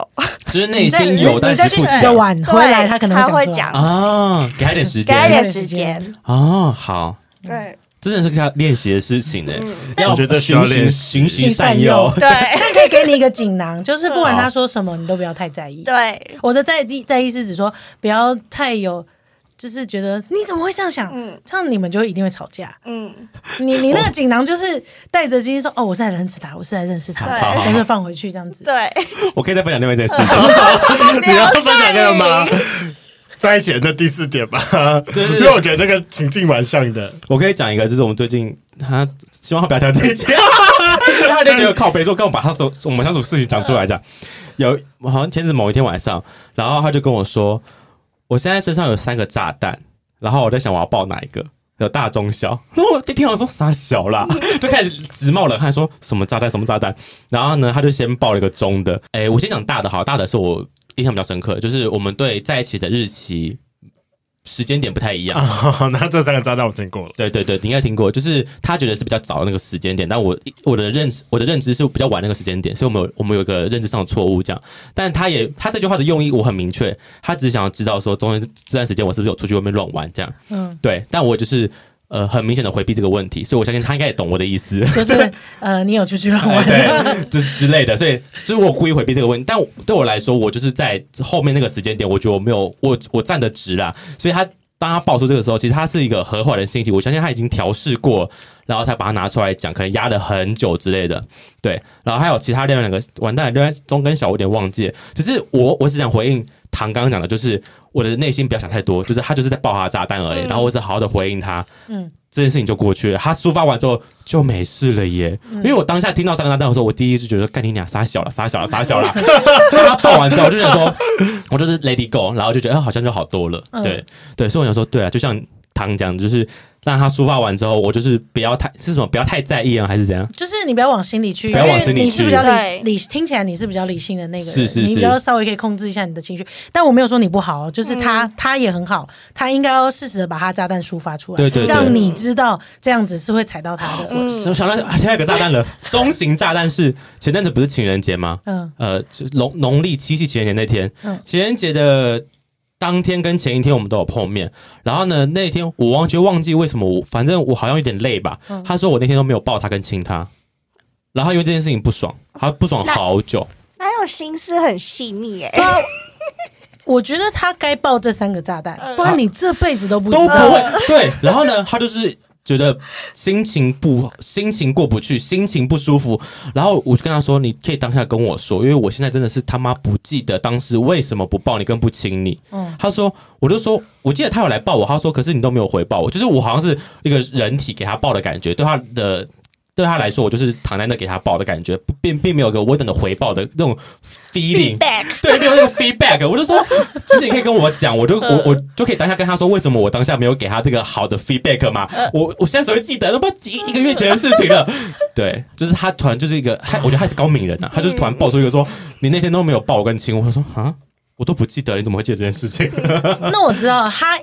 B: 就是内心有，
C: 你
B: 但
C: 再
B: 是
C: 去
B: 不
C: 洗啊个
B: 讲
C: 碗回来，
D: 对
C: 他可能
D: 他
C: 会
D: 会
C: 讲出来。
D: 讲，
B: 啊，给他一点时
D: 给他
B: 间
D: 一点时间，
B: 哦，好。
D: 对
B: 这真的是要练习的事情呢、欸要
C: 嗯
A: 我觉得这需要
B: 循循
A: 练习
B: 循循善诱，
D: 对
C: 但可以给你一个锦囊，就是不管他说什么，你都不要太在意。
D: 对，
C: 我的在意在意是指说不要太有，就是觉得你怎么会这样想？
D: 嗯
C: 这样你们就一定会吵架。
D: 嗯，
C: 你你那
B: 哦
C: 个锦囊就是带着今天说哦，我是来认识他，我是来认识
D: 对
C: 他，就是放回去这样子。
D: 对，
B: 我可以再分享另外一件事情。
A: 你要分享那个吗？在一起的第四点吧，
B: 对对
A: 因为我觉得那个情境蛮像的。
B: 我可以讲一个，就是我们最近他希望他不要讲这一节，因为 他就觉得靠北说跟我把他所我们相处的事情讲出来讲。有好像前子某一天晚上，然后他就跟我说，我现在身上有三个炸弹，然后我在想我要爆哪一个。有大中小，然后我就听我说傻小 啦，就开始直冒冷汗，说什么炸弹什么炸弹。然后呢，他就先爆了一个中的。哎，我先讲大的好，大的是我印象比较深刻，就是我们对在一起的日期时间点不太一样。
A: 啊，那这三个炸弹我听过了。
B: 对对对，你应该听过，就是他觉得是比较早的那个时间点，但我我的认识我的认知是比较晚那个时间点，所以我们有我们有一个认知上的错误这样。但他也他这句话的用意我很明确，他只是想要知道说中间这段时间我是不是有出去外面乱玩这样。
C: 嗯，
B: 对，但我就是呃很明显的回避这个问题，所以我相信他应该也懂我的意思。
C: 就是呃，你有出去乱
B: 哎
C: 玩，
B: 对，就是之类的，所以所以我故意回避这个问题。但我对我来说，我就是在后面那个时间点，我觉得我没有我我站得直啦。所以他当他爆出这个时候，其实他是一个和缓的心情，我相信他已经调试过，然后才把它拿出来讲，可能压了很久之类的。对，然后还有其他另外两个完蛋了，另外中跟小我有点忘记了，只是我我只想回应唐刚刚讲的，就是我的内心不要想太多，就是他就是在爆他的炸弹而已，然后我只好好的回应他，
C: 嗯
B: 嗯，这件事情就过去了，他抒发完之后就没事了耶，因为我当下听到三个炸弹的时候，我第一是觉得干你俩傻小了，傻小了，傻小了，他爆完之后我就想说，我就是 Lady Go，然后就觉得、啊好像就好多了，
C: 嗯
B: 对对，所以我想说，对啊，就像唐讲的，就是让他抒发完之后，我就是不要太是什么，不要太在意啊，还是怎样？
C: 就是你不要往心里去，
B: 不要往心里去
C: 因为你是比较理
D: 对
C: 理，听起来你是比较理性的那个人，
B: 是是
C: 你比
B: 是
C: 较稍微可以控制一下你的情绪。但我没有说你不好，哦，就是他、
D: 嗯
C: 他也很好，他应该要适时的把他炸弹抒发出来，
B: 对对对
C: 让你知道这样子是会踩到他的。
D: 嗯
B: 我想想到啊第二个炸弹了，中型炸弹是前阵子不是情人节吗？
C: 嗯
B: 呃，就农农历七夕情人节那天，
C: 嗯
B: 情人节的当天跟前一天我们都有碰面。然后呢，那天我完全忘记为什么我，反正我好像有点累吧。
C: 嗯
B: 他说我那天都没有抱他跟亲他，然后因为这件事情不爽，他不爽
D: 那
B: 好久。
D: 哪有心思很细腻哎、
C: 我觉得他该爆这三个炸弹，
D: 嗯
B: 呃
C: 不然你这辈子都不知
B: 都不
C: 道。
B: 会对。然后呢，他就是觉得心情不心情过不去，心情不舒服。然后我就跟他说：“你可以当下跟我说，因为我现在真的是他妈不记得当时为什么不抱你跟不亲你。”
C: 嗯，
B: 他说：“我就说，我记得他有来抱我，他说可是你都没有回报我，就是我好像是一个人体给他抱的感觉，对他的。”对他来说，我就是躺在那给他抱的感觉，不并并没有一个我等的回报的那种 feeling，
A: 啊
D: Feedback
B: 对，没有那个 feedback，我就说，其实你可以跟我讲，我就
C: 嗯
B: 我我就可以当下跟他说，为什么我当下没有给他这个好的 feedback 嘛？
C: 嗯
B: 我我现在只会记得，都不知道几一个月前的事情 了。对，就是他突然就是一个，他我觉得他是高敏人
C: 嗯
B: 啊，他就是突然爆出一个说，你那天都没有抱我跟亲我，我说啊，我都不记得，你怎么会记得这件事情？
C: 那我知道他。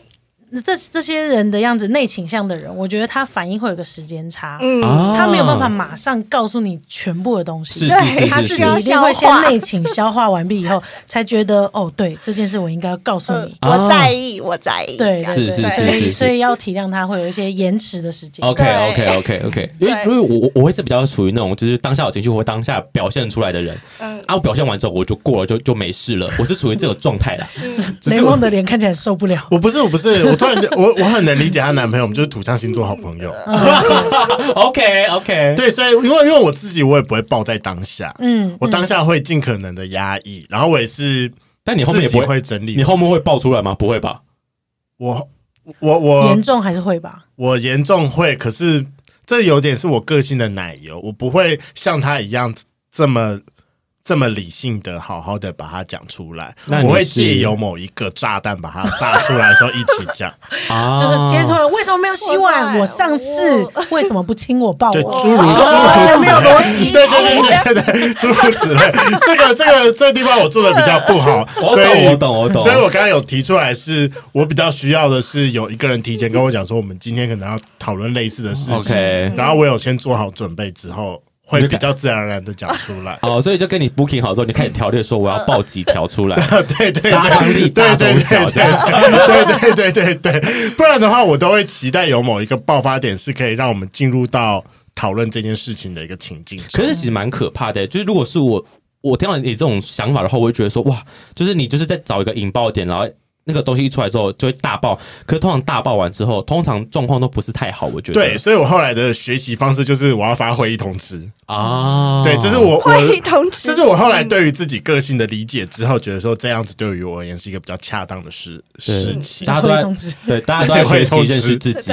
C: 这这些人的样子，内倾向的人，我觉得他反应会有个时间差，
D: 嗯，
B: 啊
C: 他没有办法马上告诉你全部的东西。
B: 是
D: 对
B: 是是
D: 他
C: 他
B: 是
C: 自
B: 是
C: 己
D: 要
C: 一定会
D: 消
C: 先
D: 化
C: 内倾消化完毕以后，才觉得哦，对这件事我应该要告诉
D: 呃
C: 你。
B: 啊
D: 我在意，我在意，
C: 对对
B: 呃是
C: 对，
B: 是
C: 所
B: 是
C: 以
B: 是
C: 所以要体谅他会有一些延迟的时间。
B: OK
D: 对
B: OK OK OK，因为因
D: 对
B: 为我我我会是比较属于那种就是当下有情绪我会当下表现出来的人，
D: 嗯
B: 啊，我表现完之后我就过了就就没事了，我是处于这种状态啦。只
C: 雷
B: 是我
C: 梦的脸看起来受不了，
A: 我不是，我不是，我突然就 我我很能理解她男朋友，我们就是土象星座好朋友。
C: 嗯
B: OK OK，
A: 对，所以因为因为我自己我也不会抱在当下，
C: 嗯，
A: 我当下会尽可能的压抑，然后我也是
B: 但你后面
A: 自
B: 也
A: 己
B: 不会，
A: 会整
B: 你
A: 理。
B: 后面会爆出来吗？不会吧？
A: 我我
C: 嗯
A: 我
C: 严重还是会吧。
A: 我严重会，可是这有点是我个性的奶油，我不会像他一样这么。这么理性的，好好的把它讲出来，
B: 那你
A: 我会
B: 是
A: 借由某一个炸弹把它炸出来的时候一起讲，
B: 啊
C: 就是今天突然为什么没有洗碗？
D: 我
C: 哦我上次为什么不亲我抱
A: 对，
C: 我？
A: 诸如诸如
D: 完全没有逻辑
A: 对对对对对，诸如此类。这个这个这个地方我做的比较不好，
B: 我
A: 所以
B: 懂我懂我懂
A: 所以我刚刚有提出来是，我比较需要的是有一个人提前跟我讲说，我们今天可能要讨论类似的事情
B: OK
A: 然后我有先做好准备之后，会比较自然而然的讲出来。
B: 哦，所以就跟你 booking 好之后，你开始条列说我要爆几条出来，
A: 对对对，
B: 杀伤力大
A: 对
B: 中小
A: 对
B: 这样。
A: 对对对对对对，不然的话，我都会期待有某一个爆发点，是可以让我们进入到讨论这件事情的一个情境中。
B: 可是其实蛮可怕的、欸就是如果是我，我听到你这种想法的话，我会觉得说哇，就是你就是在找一个引爆点，然后那个东西一出来之后就会大爆。可是通常大爆完之后，通常状况都不是太好，我觉得。
A: 对，所以我后来的学习方式就是我要发会议通知。
B: 啊，
A: 对，这是我
D: 会议
A: 我。
D: 通知，
A: 这是我后来对于自己个性的理解之后，觉得说这样子对于我而言是一个比较恰当的事事情。
B: 大家都
C: 会
B: 在
C: 通知
B: 对大家都在学 习
A: 会通知
B: 认识自己。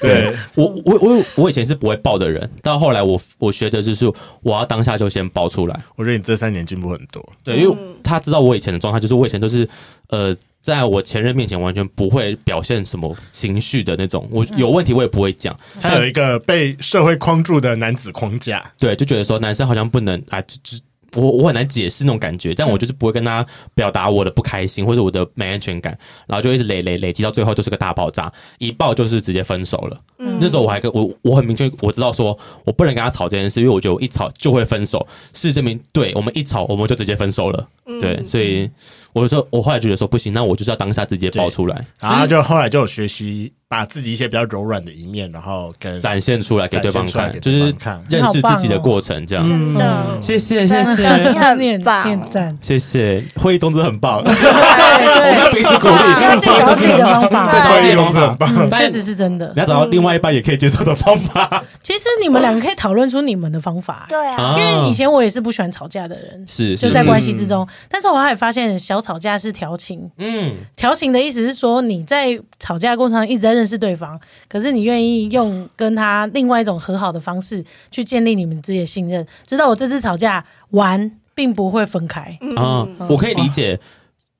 A: 对，
B: 我我我我以前是不会爆的人，到后来我我学的就是我要当下就先爆出来。
A: 我觉得你这三年进步很多。
B: 对，因为他知道我以前的状态，就是我以前都是呃。在我前任面前完全不会表现什么情绪的那种，我有问题我也不会讲。
A: 他有一个被社会框住的男子框架，
B: 对，就觉得说男生好像不能啊，就就我我很难解释那种感觉，但我
D: 嗯
B: 就是不会跟他表达我的不开心或者我的没安全感，然后就一直累累累积到最后就是个大爆炸，一爆就是直接分手了。
D: 嗯
B: 那时候我还跟我我很明确我知道说我不能跟他吵这件事，因为我觉得我一吵就会分手，事实证明对我们一吵我们就直接分手了，
D: 嗯
B: 对，所以我就说我后来就觉得说不行，那我就是要当下直接爆出来，
A: 然后他就后来就有学习把自己一些比较柔软的一面，然后跟
B: 展现出来给对方看，
A: 展现
B: 就
A: 出来给对
B: 是
A: 方看
B: 认识自己的过程这样。
A: 嗯
D: 真的，
B: 谢谢嗯谢
D: 哦嗯真
B: 谢
D: 的。你很棒
C: 点赞。
B: 谢谢，会议动作很 棒，
C: 对
B: 我们彼此鼓
C: 他
B: 励，
C: 自己有自己的方法
B: 对，
D: 对
B: 自己的方
A: 很
B: 法，
C: 对，
B: 但
C: 确实是真的
B: 你。要找到另外一半也可以接受的方法，
C: 其实你们两个可以讨论出你们的方法，
D: 对 啊，
C: 因为以前我也是不喜欢吵架的人，
B: 嗯是
C: 就在关系之中。但是我后来发现，小吵架是调情。
B: 嗯，
C: 调情的意思是说，你在吵架过程中一直在认识对方，可是你愿意用跟他另外一种和好的方式去建立你们自己的信任，知道我这次吵架完并不会分开。
B: 啊，
C: 嗯
B: 我可以理解。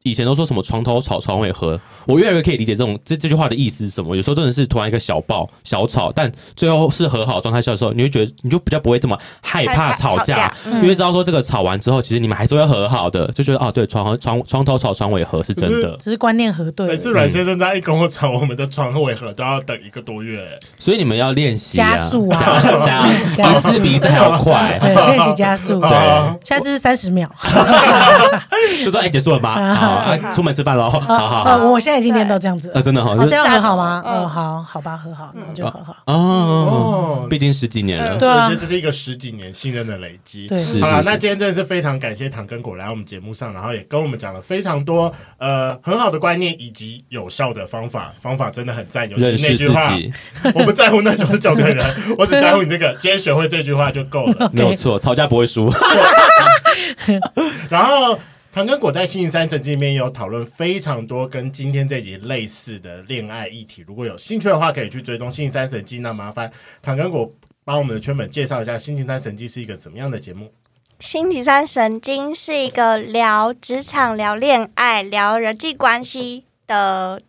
B: 以前都说什么床头吵床尾和，我越来越可以理解这种这这句话的意思是什么。有时候真的是突然一个小爆小吵，但最后是和好状态下的时候，你会觉得你就比较不会这么害怕
D: 害怕
B: 吵
D: 吵
B: 架
D: 架，
C: 嗯
B: 因为知道说这个吵完之后，其实你们还是会和好的，就觉得哦，对，床和床床头吵床尾和是真的。
C: 只是观念核对
A: 每
B: 嗯
C: 了，
A: 次阮先生在一跟我吵我们的床尾和都要等一个多月，
B: 所以你们要练习、啊、
C: 加速啊
B: 加 加一次比一次还要快。
C: 对练习加速，
B: 对
C: 下次是三十秒。
B: 就说哎、结束了吗？好，啊、出门吃饭喽。好好好，
C: 呃，我现在已经练到这样子了
B: 啊，。真的好，
C: 哦，
B: 就是
C: 这样和好吗？
D: 嗯
C: 哦，好好吧，和好，那我就和好。
B: 哦
A: 哦，
B: 毕竟十几年了。
C: 对啊
A: 我觉得这是一个十几年信任的累积。
C: 对，
B: 是
A: 好了，那今天真的是非常感谢糖跟果来我们节目上，然后也跟我们讲了非常多呃很好的观念以及有效的方法，方法真的很赞。尤
B: 认
A: 其
B: 识
A: 那
B: 自
A: 句话，
B: 己，
A: 我不在乎那九十九 个人，我只在乎你这个。今天学会这句话就够了。
B: 没有错，吵架不会输。
A: 然后。糖跟果在星期三成绩里面有讨论非常多跟今天这集类似的恋爱议题，如果有兴趣的话，可以去追踪星期三神机。那麻烦糖跟果帮我们的圈粉介绍一下星期三神机是一个怎么样的节目？
D: 星期三神经是一个聊职场、聊恋爱、聊人际关系的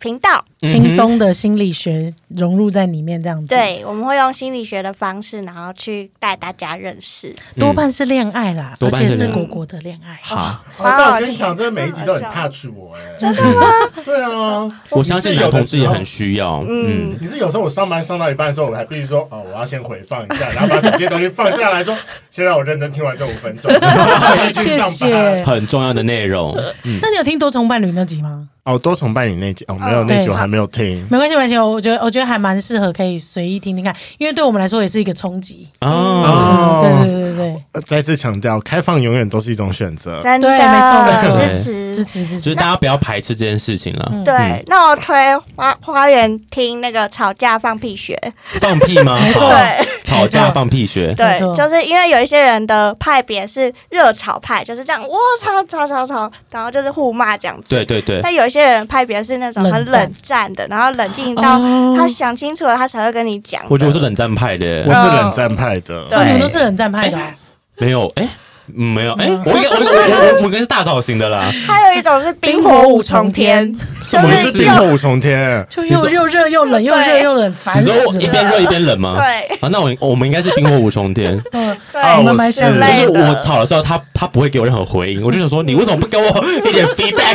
D: 频道。
B: 嗯
C: 轻松的心理学融入在里面，这样子。，
D: 对，我们会用心理学的方式，然后去带大家认识。
C: 多半是恋爱啦，
B: 多
C: 而
B: 半是
C: 且是
B: 恋爱
C: 果果的恋爱。
B: 嗯好，
A: 哦，但我跟你讲，真的每一集都很 touch 我哎、真的吗？ 对啊，
B: 我相信
A: 你是
B: 男
A: 有
B: 同
A: 的
B: 志
A: 时
B: 也
A: 候
B: 很。需要。嗯，
A: 你是有时候我上班上到一半的时候，我还必须说哦，我要先回放一下，然后把手机的东西放下来说， 先让我认真听完这五分钟，然后去
C: 谢
A: 上班。
C: 谢。
B: 嗯很重要的内容。
C: 那你有听多重伴侣那集吗？
A: 哦，多崇拜你那集哦，没有
D: 哦
A: 那集
C: 对
A: 我还没有听。
C: 没关系，没关系，我觉得我觉得还蛮适合，可以随意听听看，因为对我们来说也是一个冲击。
B: 哦，
C: 嗯，对
A: 哦，
C: 对对
A: 呃再次强调，开放永远都是一种选择。
D: 真的，
C: 对没错
B: 没错
C: 对，
D: 支
C: 支
D: 持。
C: 持支
B: 就是
C: 持。
B: 大家不要排斥这件事情了。
D: 对，那我推花花园听那个吵架放屁学，
B: 放屁吗？好
D: 对
B: 吵架放屁学。
C: 没
D: 对
C: 错，
D: 就是因为有一些人的派别是热吵派，就是这样，我吵吵吵吵，然后就是互骂这样子。
B: 对对对，
D: 但有一些人派别是那种
C: 冷
D: 很
C: 战哦
D: 冷战的，然后冷静到他想清楚了，他才会跟你讲的。
B: 我觉得我是冷战派的
A: 我。是冷战派的，
D: 对
C: 哦你们都是冷战派的哦，
B: 没有，哎、嗯没有，哎、我应该我我我我应该是大造型的啦。
D: 还有一种是冰火五重天，
A: 什么是冰火五重天？
C: 就又又热又冷，又热
D: 对
C: 又冷，烦
B: 你
C: 死
B: 说我一
C: 了。
B: 边热一边冷吗？
D: 对
B: 啊，那我我们应该是冰火五 重天。
C: 嗯，
D: 对，
A: 啊
C: 我们
A: 我
C: 蛮
A: 是
C: 像
A: 之
B: 就
D: 类
B: 是
D: 的
B: 我吵的时候，他他不会给我任何回应，我就想说，你为什么不给我一点 feedback？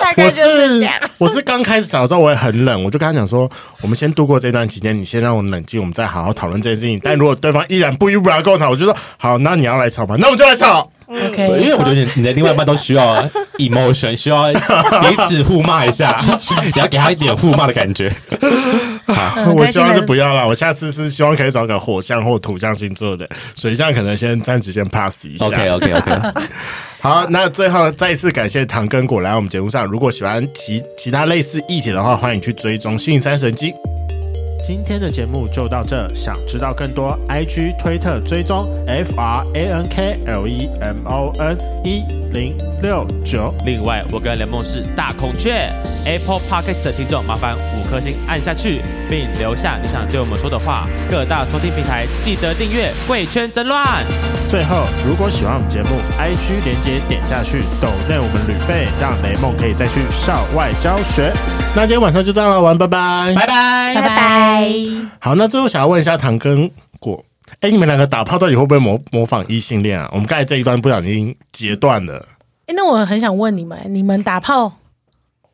D: 大概
A: 我
D: 就是这
A: 是
D: 样。
A: 我是刚开始找的时候我也很冷，我就跟他讲说，我们先度过这段期间，你先让我冷静，我们再好好讨论这件事情。但如果对方依然不依不饶跟我吵，我就说好，那你要来吵吧，那我们就来吵。
B: 对，因
C: OK，
B: 为我觉得你你的另外一半都 需要 emotion，需要彼此互骂一下，你要给他一点互骂的 感觉。
C: 嗯
A: 我希望
D: 啊
A: 是不要啦，我下次是希望可以找个火象或土象星座的，水象可能先暂时先 pass
F: 啊
A: 一下。
B: OK OK OK，
A: 好，那最后再一次感谢唐跟果来我们节目上。如果喜欢其其他类似议题的话，欢迎去追踪《信三神经》。
E: 今天的节目就到这，想知道更多，IG、推特追踪 F R A N K L E M O N 一零六九。
F: 另外，我跟雷梦是大孔雀 Apple Podcast 的听众，麻烦五颗星按下去，并留下你想对我们说的话。各大收听平台记得订阅《贵圈争乱》。
E: 最后，如果喜欢我们节目，IG 连接点下去，抖内我们旅费，让雷梦可以再去校外教学。
A: 那今天晚上就这样了，玩，拜拜。
F: 拜拜。
C: 拜拜。
A: 好，那最后想要问一下唐跟果，哎、你们两个打炮到底会不会模模仿异性恋啊？我们刚才这一段不小心截断了。
C: 哎、那我很想问你们，你们打炮，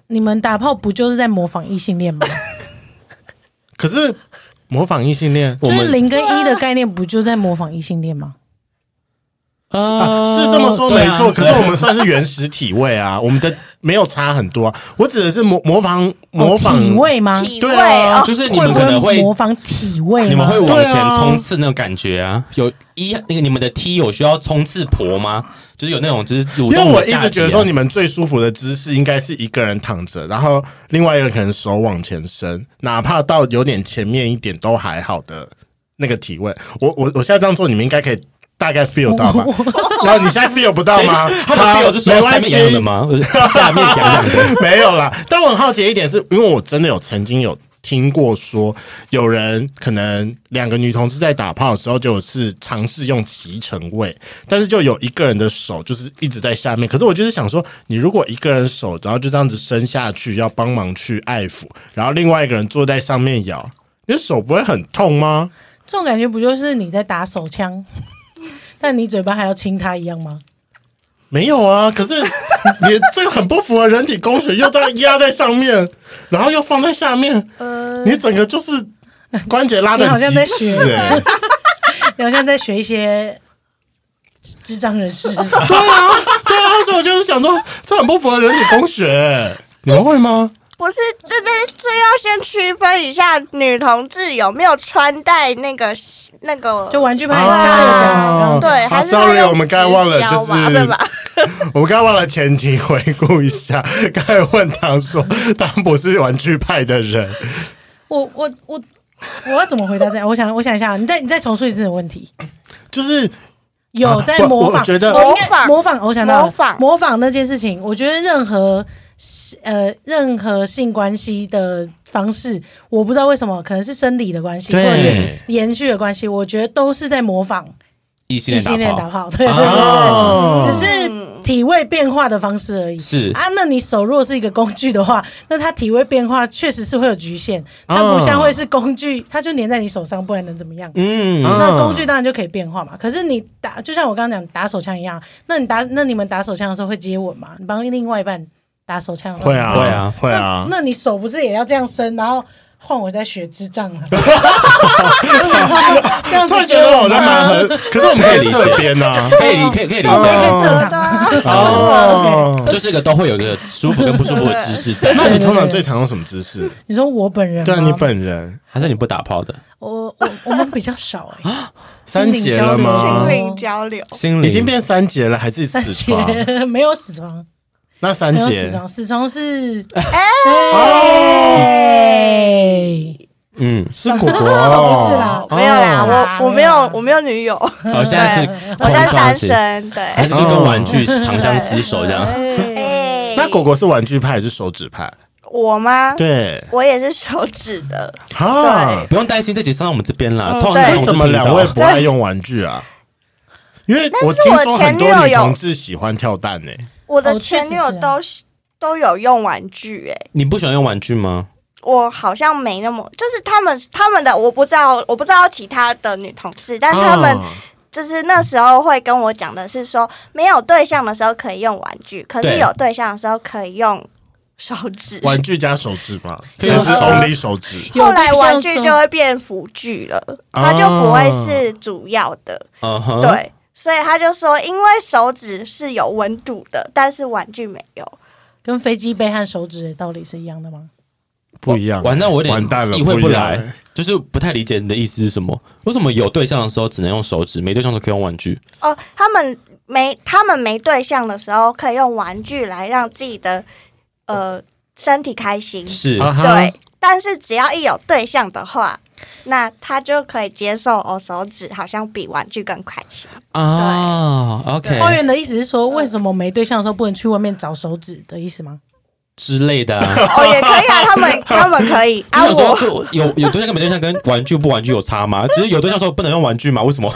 C: 你们打炮不就是在模仿异性恋吗？
A: 可是模仿异性恋
B: 我
C: 就是
B: 们
C: 零跟一的概念，不就在模仿异性恋吗？
A: 啊，
B: 呃
A: 是这么说没错，可
B: 对啊
A: 是我们算是原始体位啊，我们的没有差很多、啊。我指的是模模仿模仿、
C: 哦体位吗？
D: 体
A: 对
D: 味
A: 啊
D: 哦，
B: 就是你们
C: 不
B: 可能会
C: 模仿体位吗？
B: 你们会往
A: 对啊
B: 前冲刺那种感觉啊？有一那个你们的 T 有需要冲刺婆吗？就是有那种就是蠕动
A: 因为我
B: 的
A: 一
B: 下
A: 直觉得
B: 体啊
A: 说，你们最舒服的姿势应该是一个人躺着，然后另外一个可能手往前伸，哪怕到有点前面一点都还好的那个体位。我我我现在这样做，你们应该可以大概 feel 到吧？然后你现在 feel 不到吗？
B: 他的 feel 是
A: 没
B: 说下
A: 关
B: 面
A: 系
B: 痒痒的吗？ 我是下面痒 痒的。
A: 没有啦。但我很好奇的一点是，因为我真的有曾经有听过说，有人可能两个女同志在打炮的时候，就是尝试用脐橙位，但是就有一个人的手就是一直在下面。可是我就是想说，你如果一个人手，然后就这样子伸下去，要帮忙去爱抚，然后另外一个人坐在上面摇，你的手不会很痛吗？
C: 这种感觉不就是你在打手 枪，但你嘴巴还要亲他一样吗？
A: 没有啊，可 是你这个很不符合人体工学，又在压在上面，然后又放在下面，
C: 呃
A: 你整个就是关节拉的、
C: 你好像在学
A: 欸，
C: 你好像在学一些智障人 士，
A: 对啊，对啊，所以我就是想说，这很不符合人体工学、 你们会吗？
D: 不是，这这这要先区分一下，女同志有没有穿戴那个那个，
C: 就玩具派
A: 啊
C: 刚刚有讲，刚刚
D: 对，还是她
A: sorry，
D: 用
A: 我们刚才忘了
D: 直销嘛
A: 就是
D: 对吧？
A: 我们刚刚忘了前提回顾一下，刚才问唐说，唐不是玩具派的人，
C: 我我我我要怎么回答这样？我 想我想一下，你再你再重述一次你的问题。
A: 就是
C: 有在
A: 啊不
C: 模仿，
A: 我觉得
C: 应该
D: 模仿
C: 模仿，我想到了
D: 模仿
C: 模仿那件事情，我觉得任何呃任何性关系的方式，我不知道为什么，可能是生理的关系，或者是
B: 对，
C: 延续的关系，我觉得都是在模仿
B: 异性
C: 异
B: 恋
C: 性恋打
B: 炮
C: 炮，对对对
A: 哦，
C: 对，啊只是体位变化的方式而已。
B: 是
C: 啊，那你手若是一个工具的话，那它体位变化确实是会有局限，
A: 啊
C: 它不像会是工具，它就粘在你手上，不然能怎么样？
B: 嗯，
A: 啊
C: 那工具当然就可以变化嘛。可是你打，就像我刚刚讲打手枪一样，那你打，那你们打手枪的时候会接吻吗？你帮另外一半打手枪的时候
A: 会啊，
B: 会啊，
A: 会啊，
C: 那你手不是也要这样伸，然后换我在学智障 了？ 这样
A: 突
C: 子
A: 然觉
C: 接吻
A: 得我在
C: 吗
A: 蛮合，可是我们可以侧边啊，
B: 可以理可以可以理
C: 我也可
B: 解，
A: 嗯
B: 啊
C: 以侧躺。
A: 哦。
B: 就是一个都会有一个舒服跟不舒服的姿势 在。
A: 那你通常最常用什么姿势？
C: 你说我本人吗？
A: 对啊，你本人
B: 还是你不打炮的，
C: 我我我们比较少哎，
A: 三节了吗
D: 心？灵交流，
B: 心
A: 已经变三节了，还是
C: 三
A: 死床？
C: 节 没有死床，
A: 那三
C: 没有死
A: 节
C: 床，死床是
D: 哎，
C: 哎，
B: 嗯，
A: 是果果，
C: 哦不是啦，
D: 没有啦，
C: 哦
D: 我我没有我没有女友，
B: 好，哦现在是
D: 我
B: 同
A: 哦
D: 现在
B: 床
D: 单
B: 是，
D: 身，
B: 还
A: 哎
D: 对，
B: 是就跟玩具长相厮守 这样？
C: 哎
D: 哎
A: 那果果是玩具派还是手指派？
D: 我吗？
A: 对，
D: 我也是手指 的，
C: 哦
A: 哈，
B: 不用担心，这集上到我们这边啦。
D: 嗯
B: 通常
D: 对
B: 男
A: 为
B: 同志
A: 什么
B: 听
A: 两
B: 到
A: 位不爱用玩具啊？因为我听说很多女同志喜欢跳蛋欸呢、
D: 我的
C: 哦确实
D: 前女友
C: 是啊
D: 都是都有用玩具，哎，
B: 你不喜欢用玩具吗？
D: 我好像没那么，就是他们他们的我不知道，我不知道其他的女同志，但他们
A: 哦
D: 就是那时候会跟我讲的是说，没有对象的时候可以用玩具，可
A: 对
D: 是有对象的时候可以用手指。
A: 玩具加手指 嘛，可
C: 对
A: 以是 only 手指
D: 后来玩具就会变辅具了，
A: 啊
D: 它就不会是主要的。
B: 嗯哼，，
D: 对，所以他就说，因为手指是有温度的，但是玩具没有。
C: 跟飞机杯和手指的道理是一样的吗？
A: 不一样。
B: 完蛋，我有点
A: 完蛋了，
B: 意会
A: 不一样
B: 来，就是不太理解你的意思是什么？为什么有对象的时候只能用手指，没对象的时候可以用玩具？
D: 哦，他们没他们没对象的时候，可以用玩具来让自己的呃身体开心。
B: 是
A: 啊哈
D: 对，但是只要一有对象的话，那他就可以接受哦，手指好像比玩具更开心。
B: 啊
C: 花
B: ，OK
C: 园的意思是说，为什么没对象的时候不能去外面找手指的意思吗？
B: 之类的啊。
D: 哦，也可以啊，他们他们可以啊，
B: 就想
D: 我
B: 说就有有对象跟没对象跟玩具不玩具有差吗？只是有对象说不能用玩具嘛？为什么？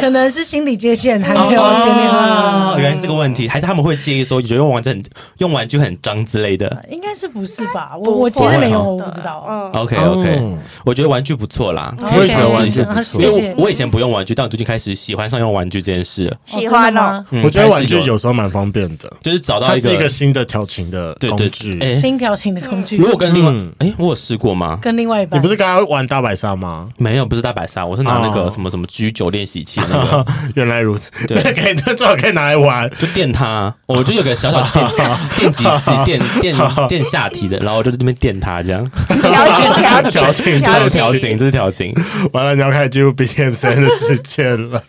C: 可能是心理界限还没有完全没有
B: 哦，原来是这个问题，还是他们会介意说觉得用玩具很用玩具很脏之类的
C: 应该是不是吧？
D: 不
C: 我
D: 会
C: 我其实没有，
B: 不
C: 我不知道。
D: 嗯，
B: ？OK OK，
A: 嗯
B: 我觉得玩具不错啦，
C: 哦
B: 可以
A: 我也觉得
B: 尝试
A: 玩
B: 一
A: 具
B: 下。
A: 不错
B: 因
C: 谢
B: 为
C: 谢
B: 我我以前不用玩具，但我最近开始喜欢上用玩具这件事了。
D: 喜欢
C: 哦真的
D: 哦
C: 吗，
B: 嗯
A: 我觉得
B: 开始
A: 玩具
B: 有
A: 有时候蛮方便的，
B: 就是找到
A: 它
B: 一
A: 是
B: 个
A: 一个新的调情的
B: 对
A: 工
B: 对
A: 具。
B: 哎
C: 新调情的工具
B: 如，果跟另外
A: 嗯
B: 哎，我有试过吗？
C: 跟另外一
A: 你
C: 半
A: 不是刚刚玩大白鲨吗？
B: 没有，不是大白鲨，我是拿那个
A: 哦
B: 什么什么 G 九练习器 那个，
A: 原来如此，
B: 对
A: 那 可以，那最好可以拿来玩。
B: 就电它，啊我就有个小小 的电电极 器，电电电下体的，然后我就在那边电它，这样
D: 调情调情
A: 调情
B: 这
A: 调情
B: 是 调情，这是调情。
A: 完了，你要开始进入 BDSM 的世界了。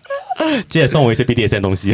B: 记得送我一些 BDSM 的东西。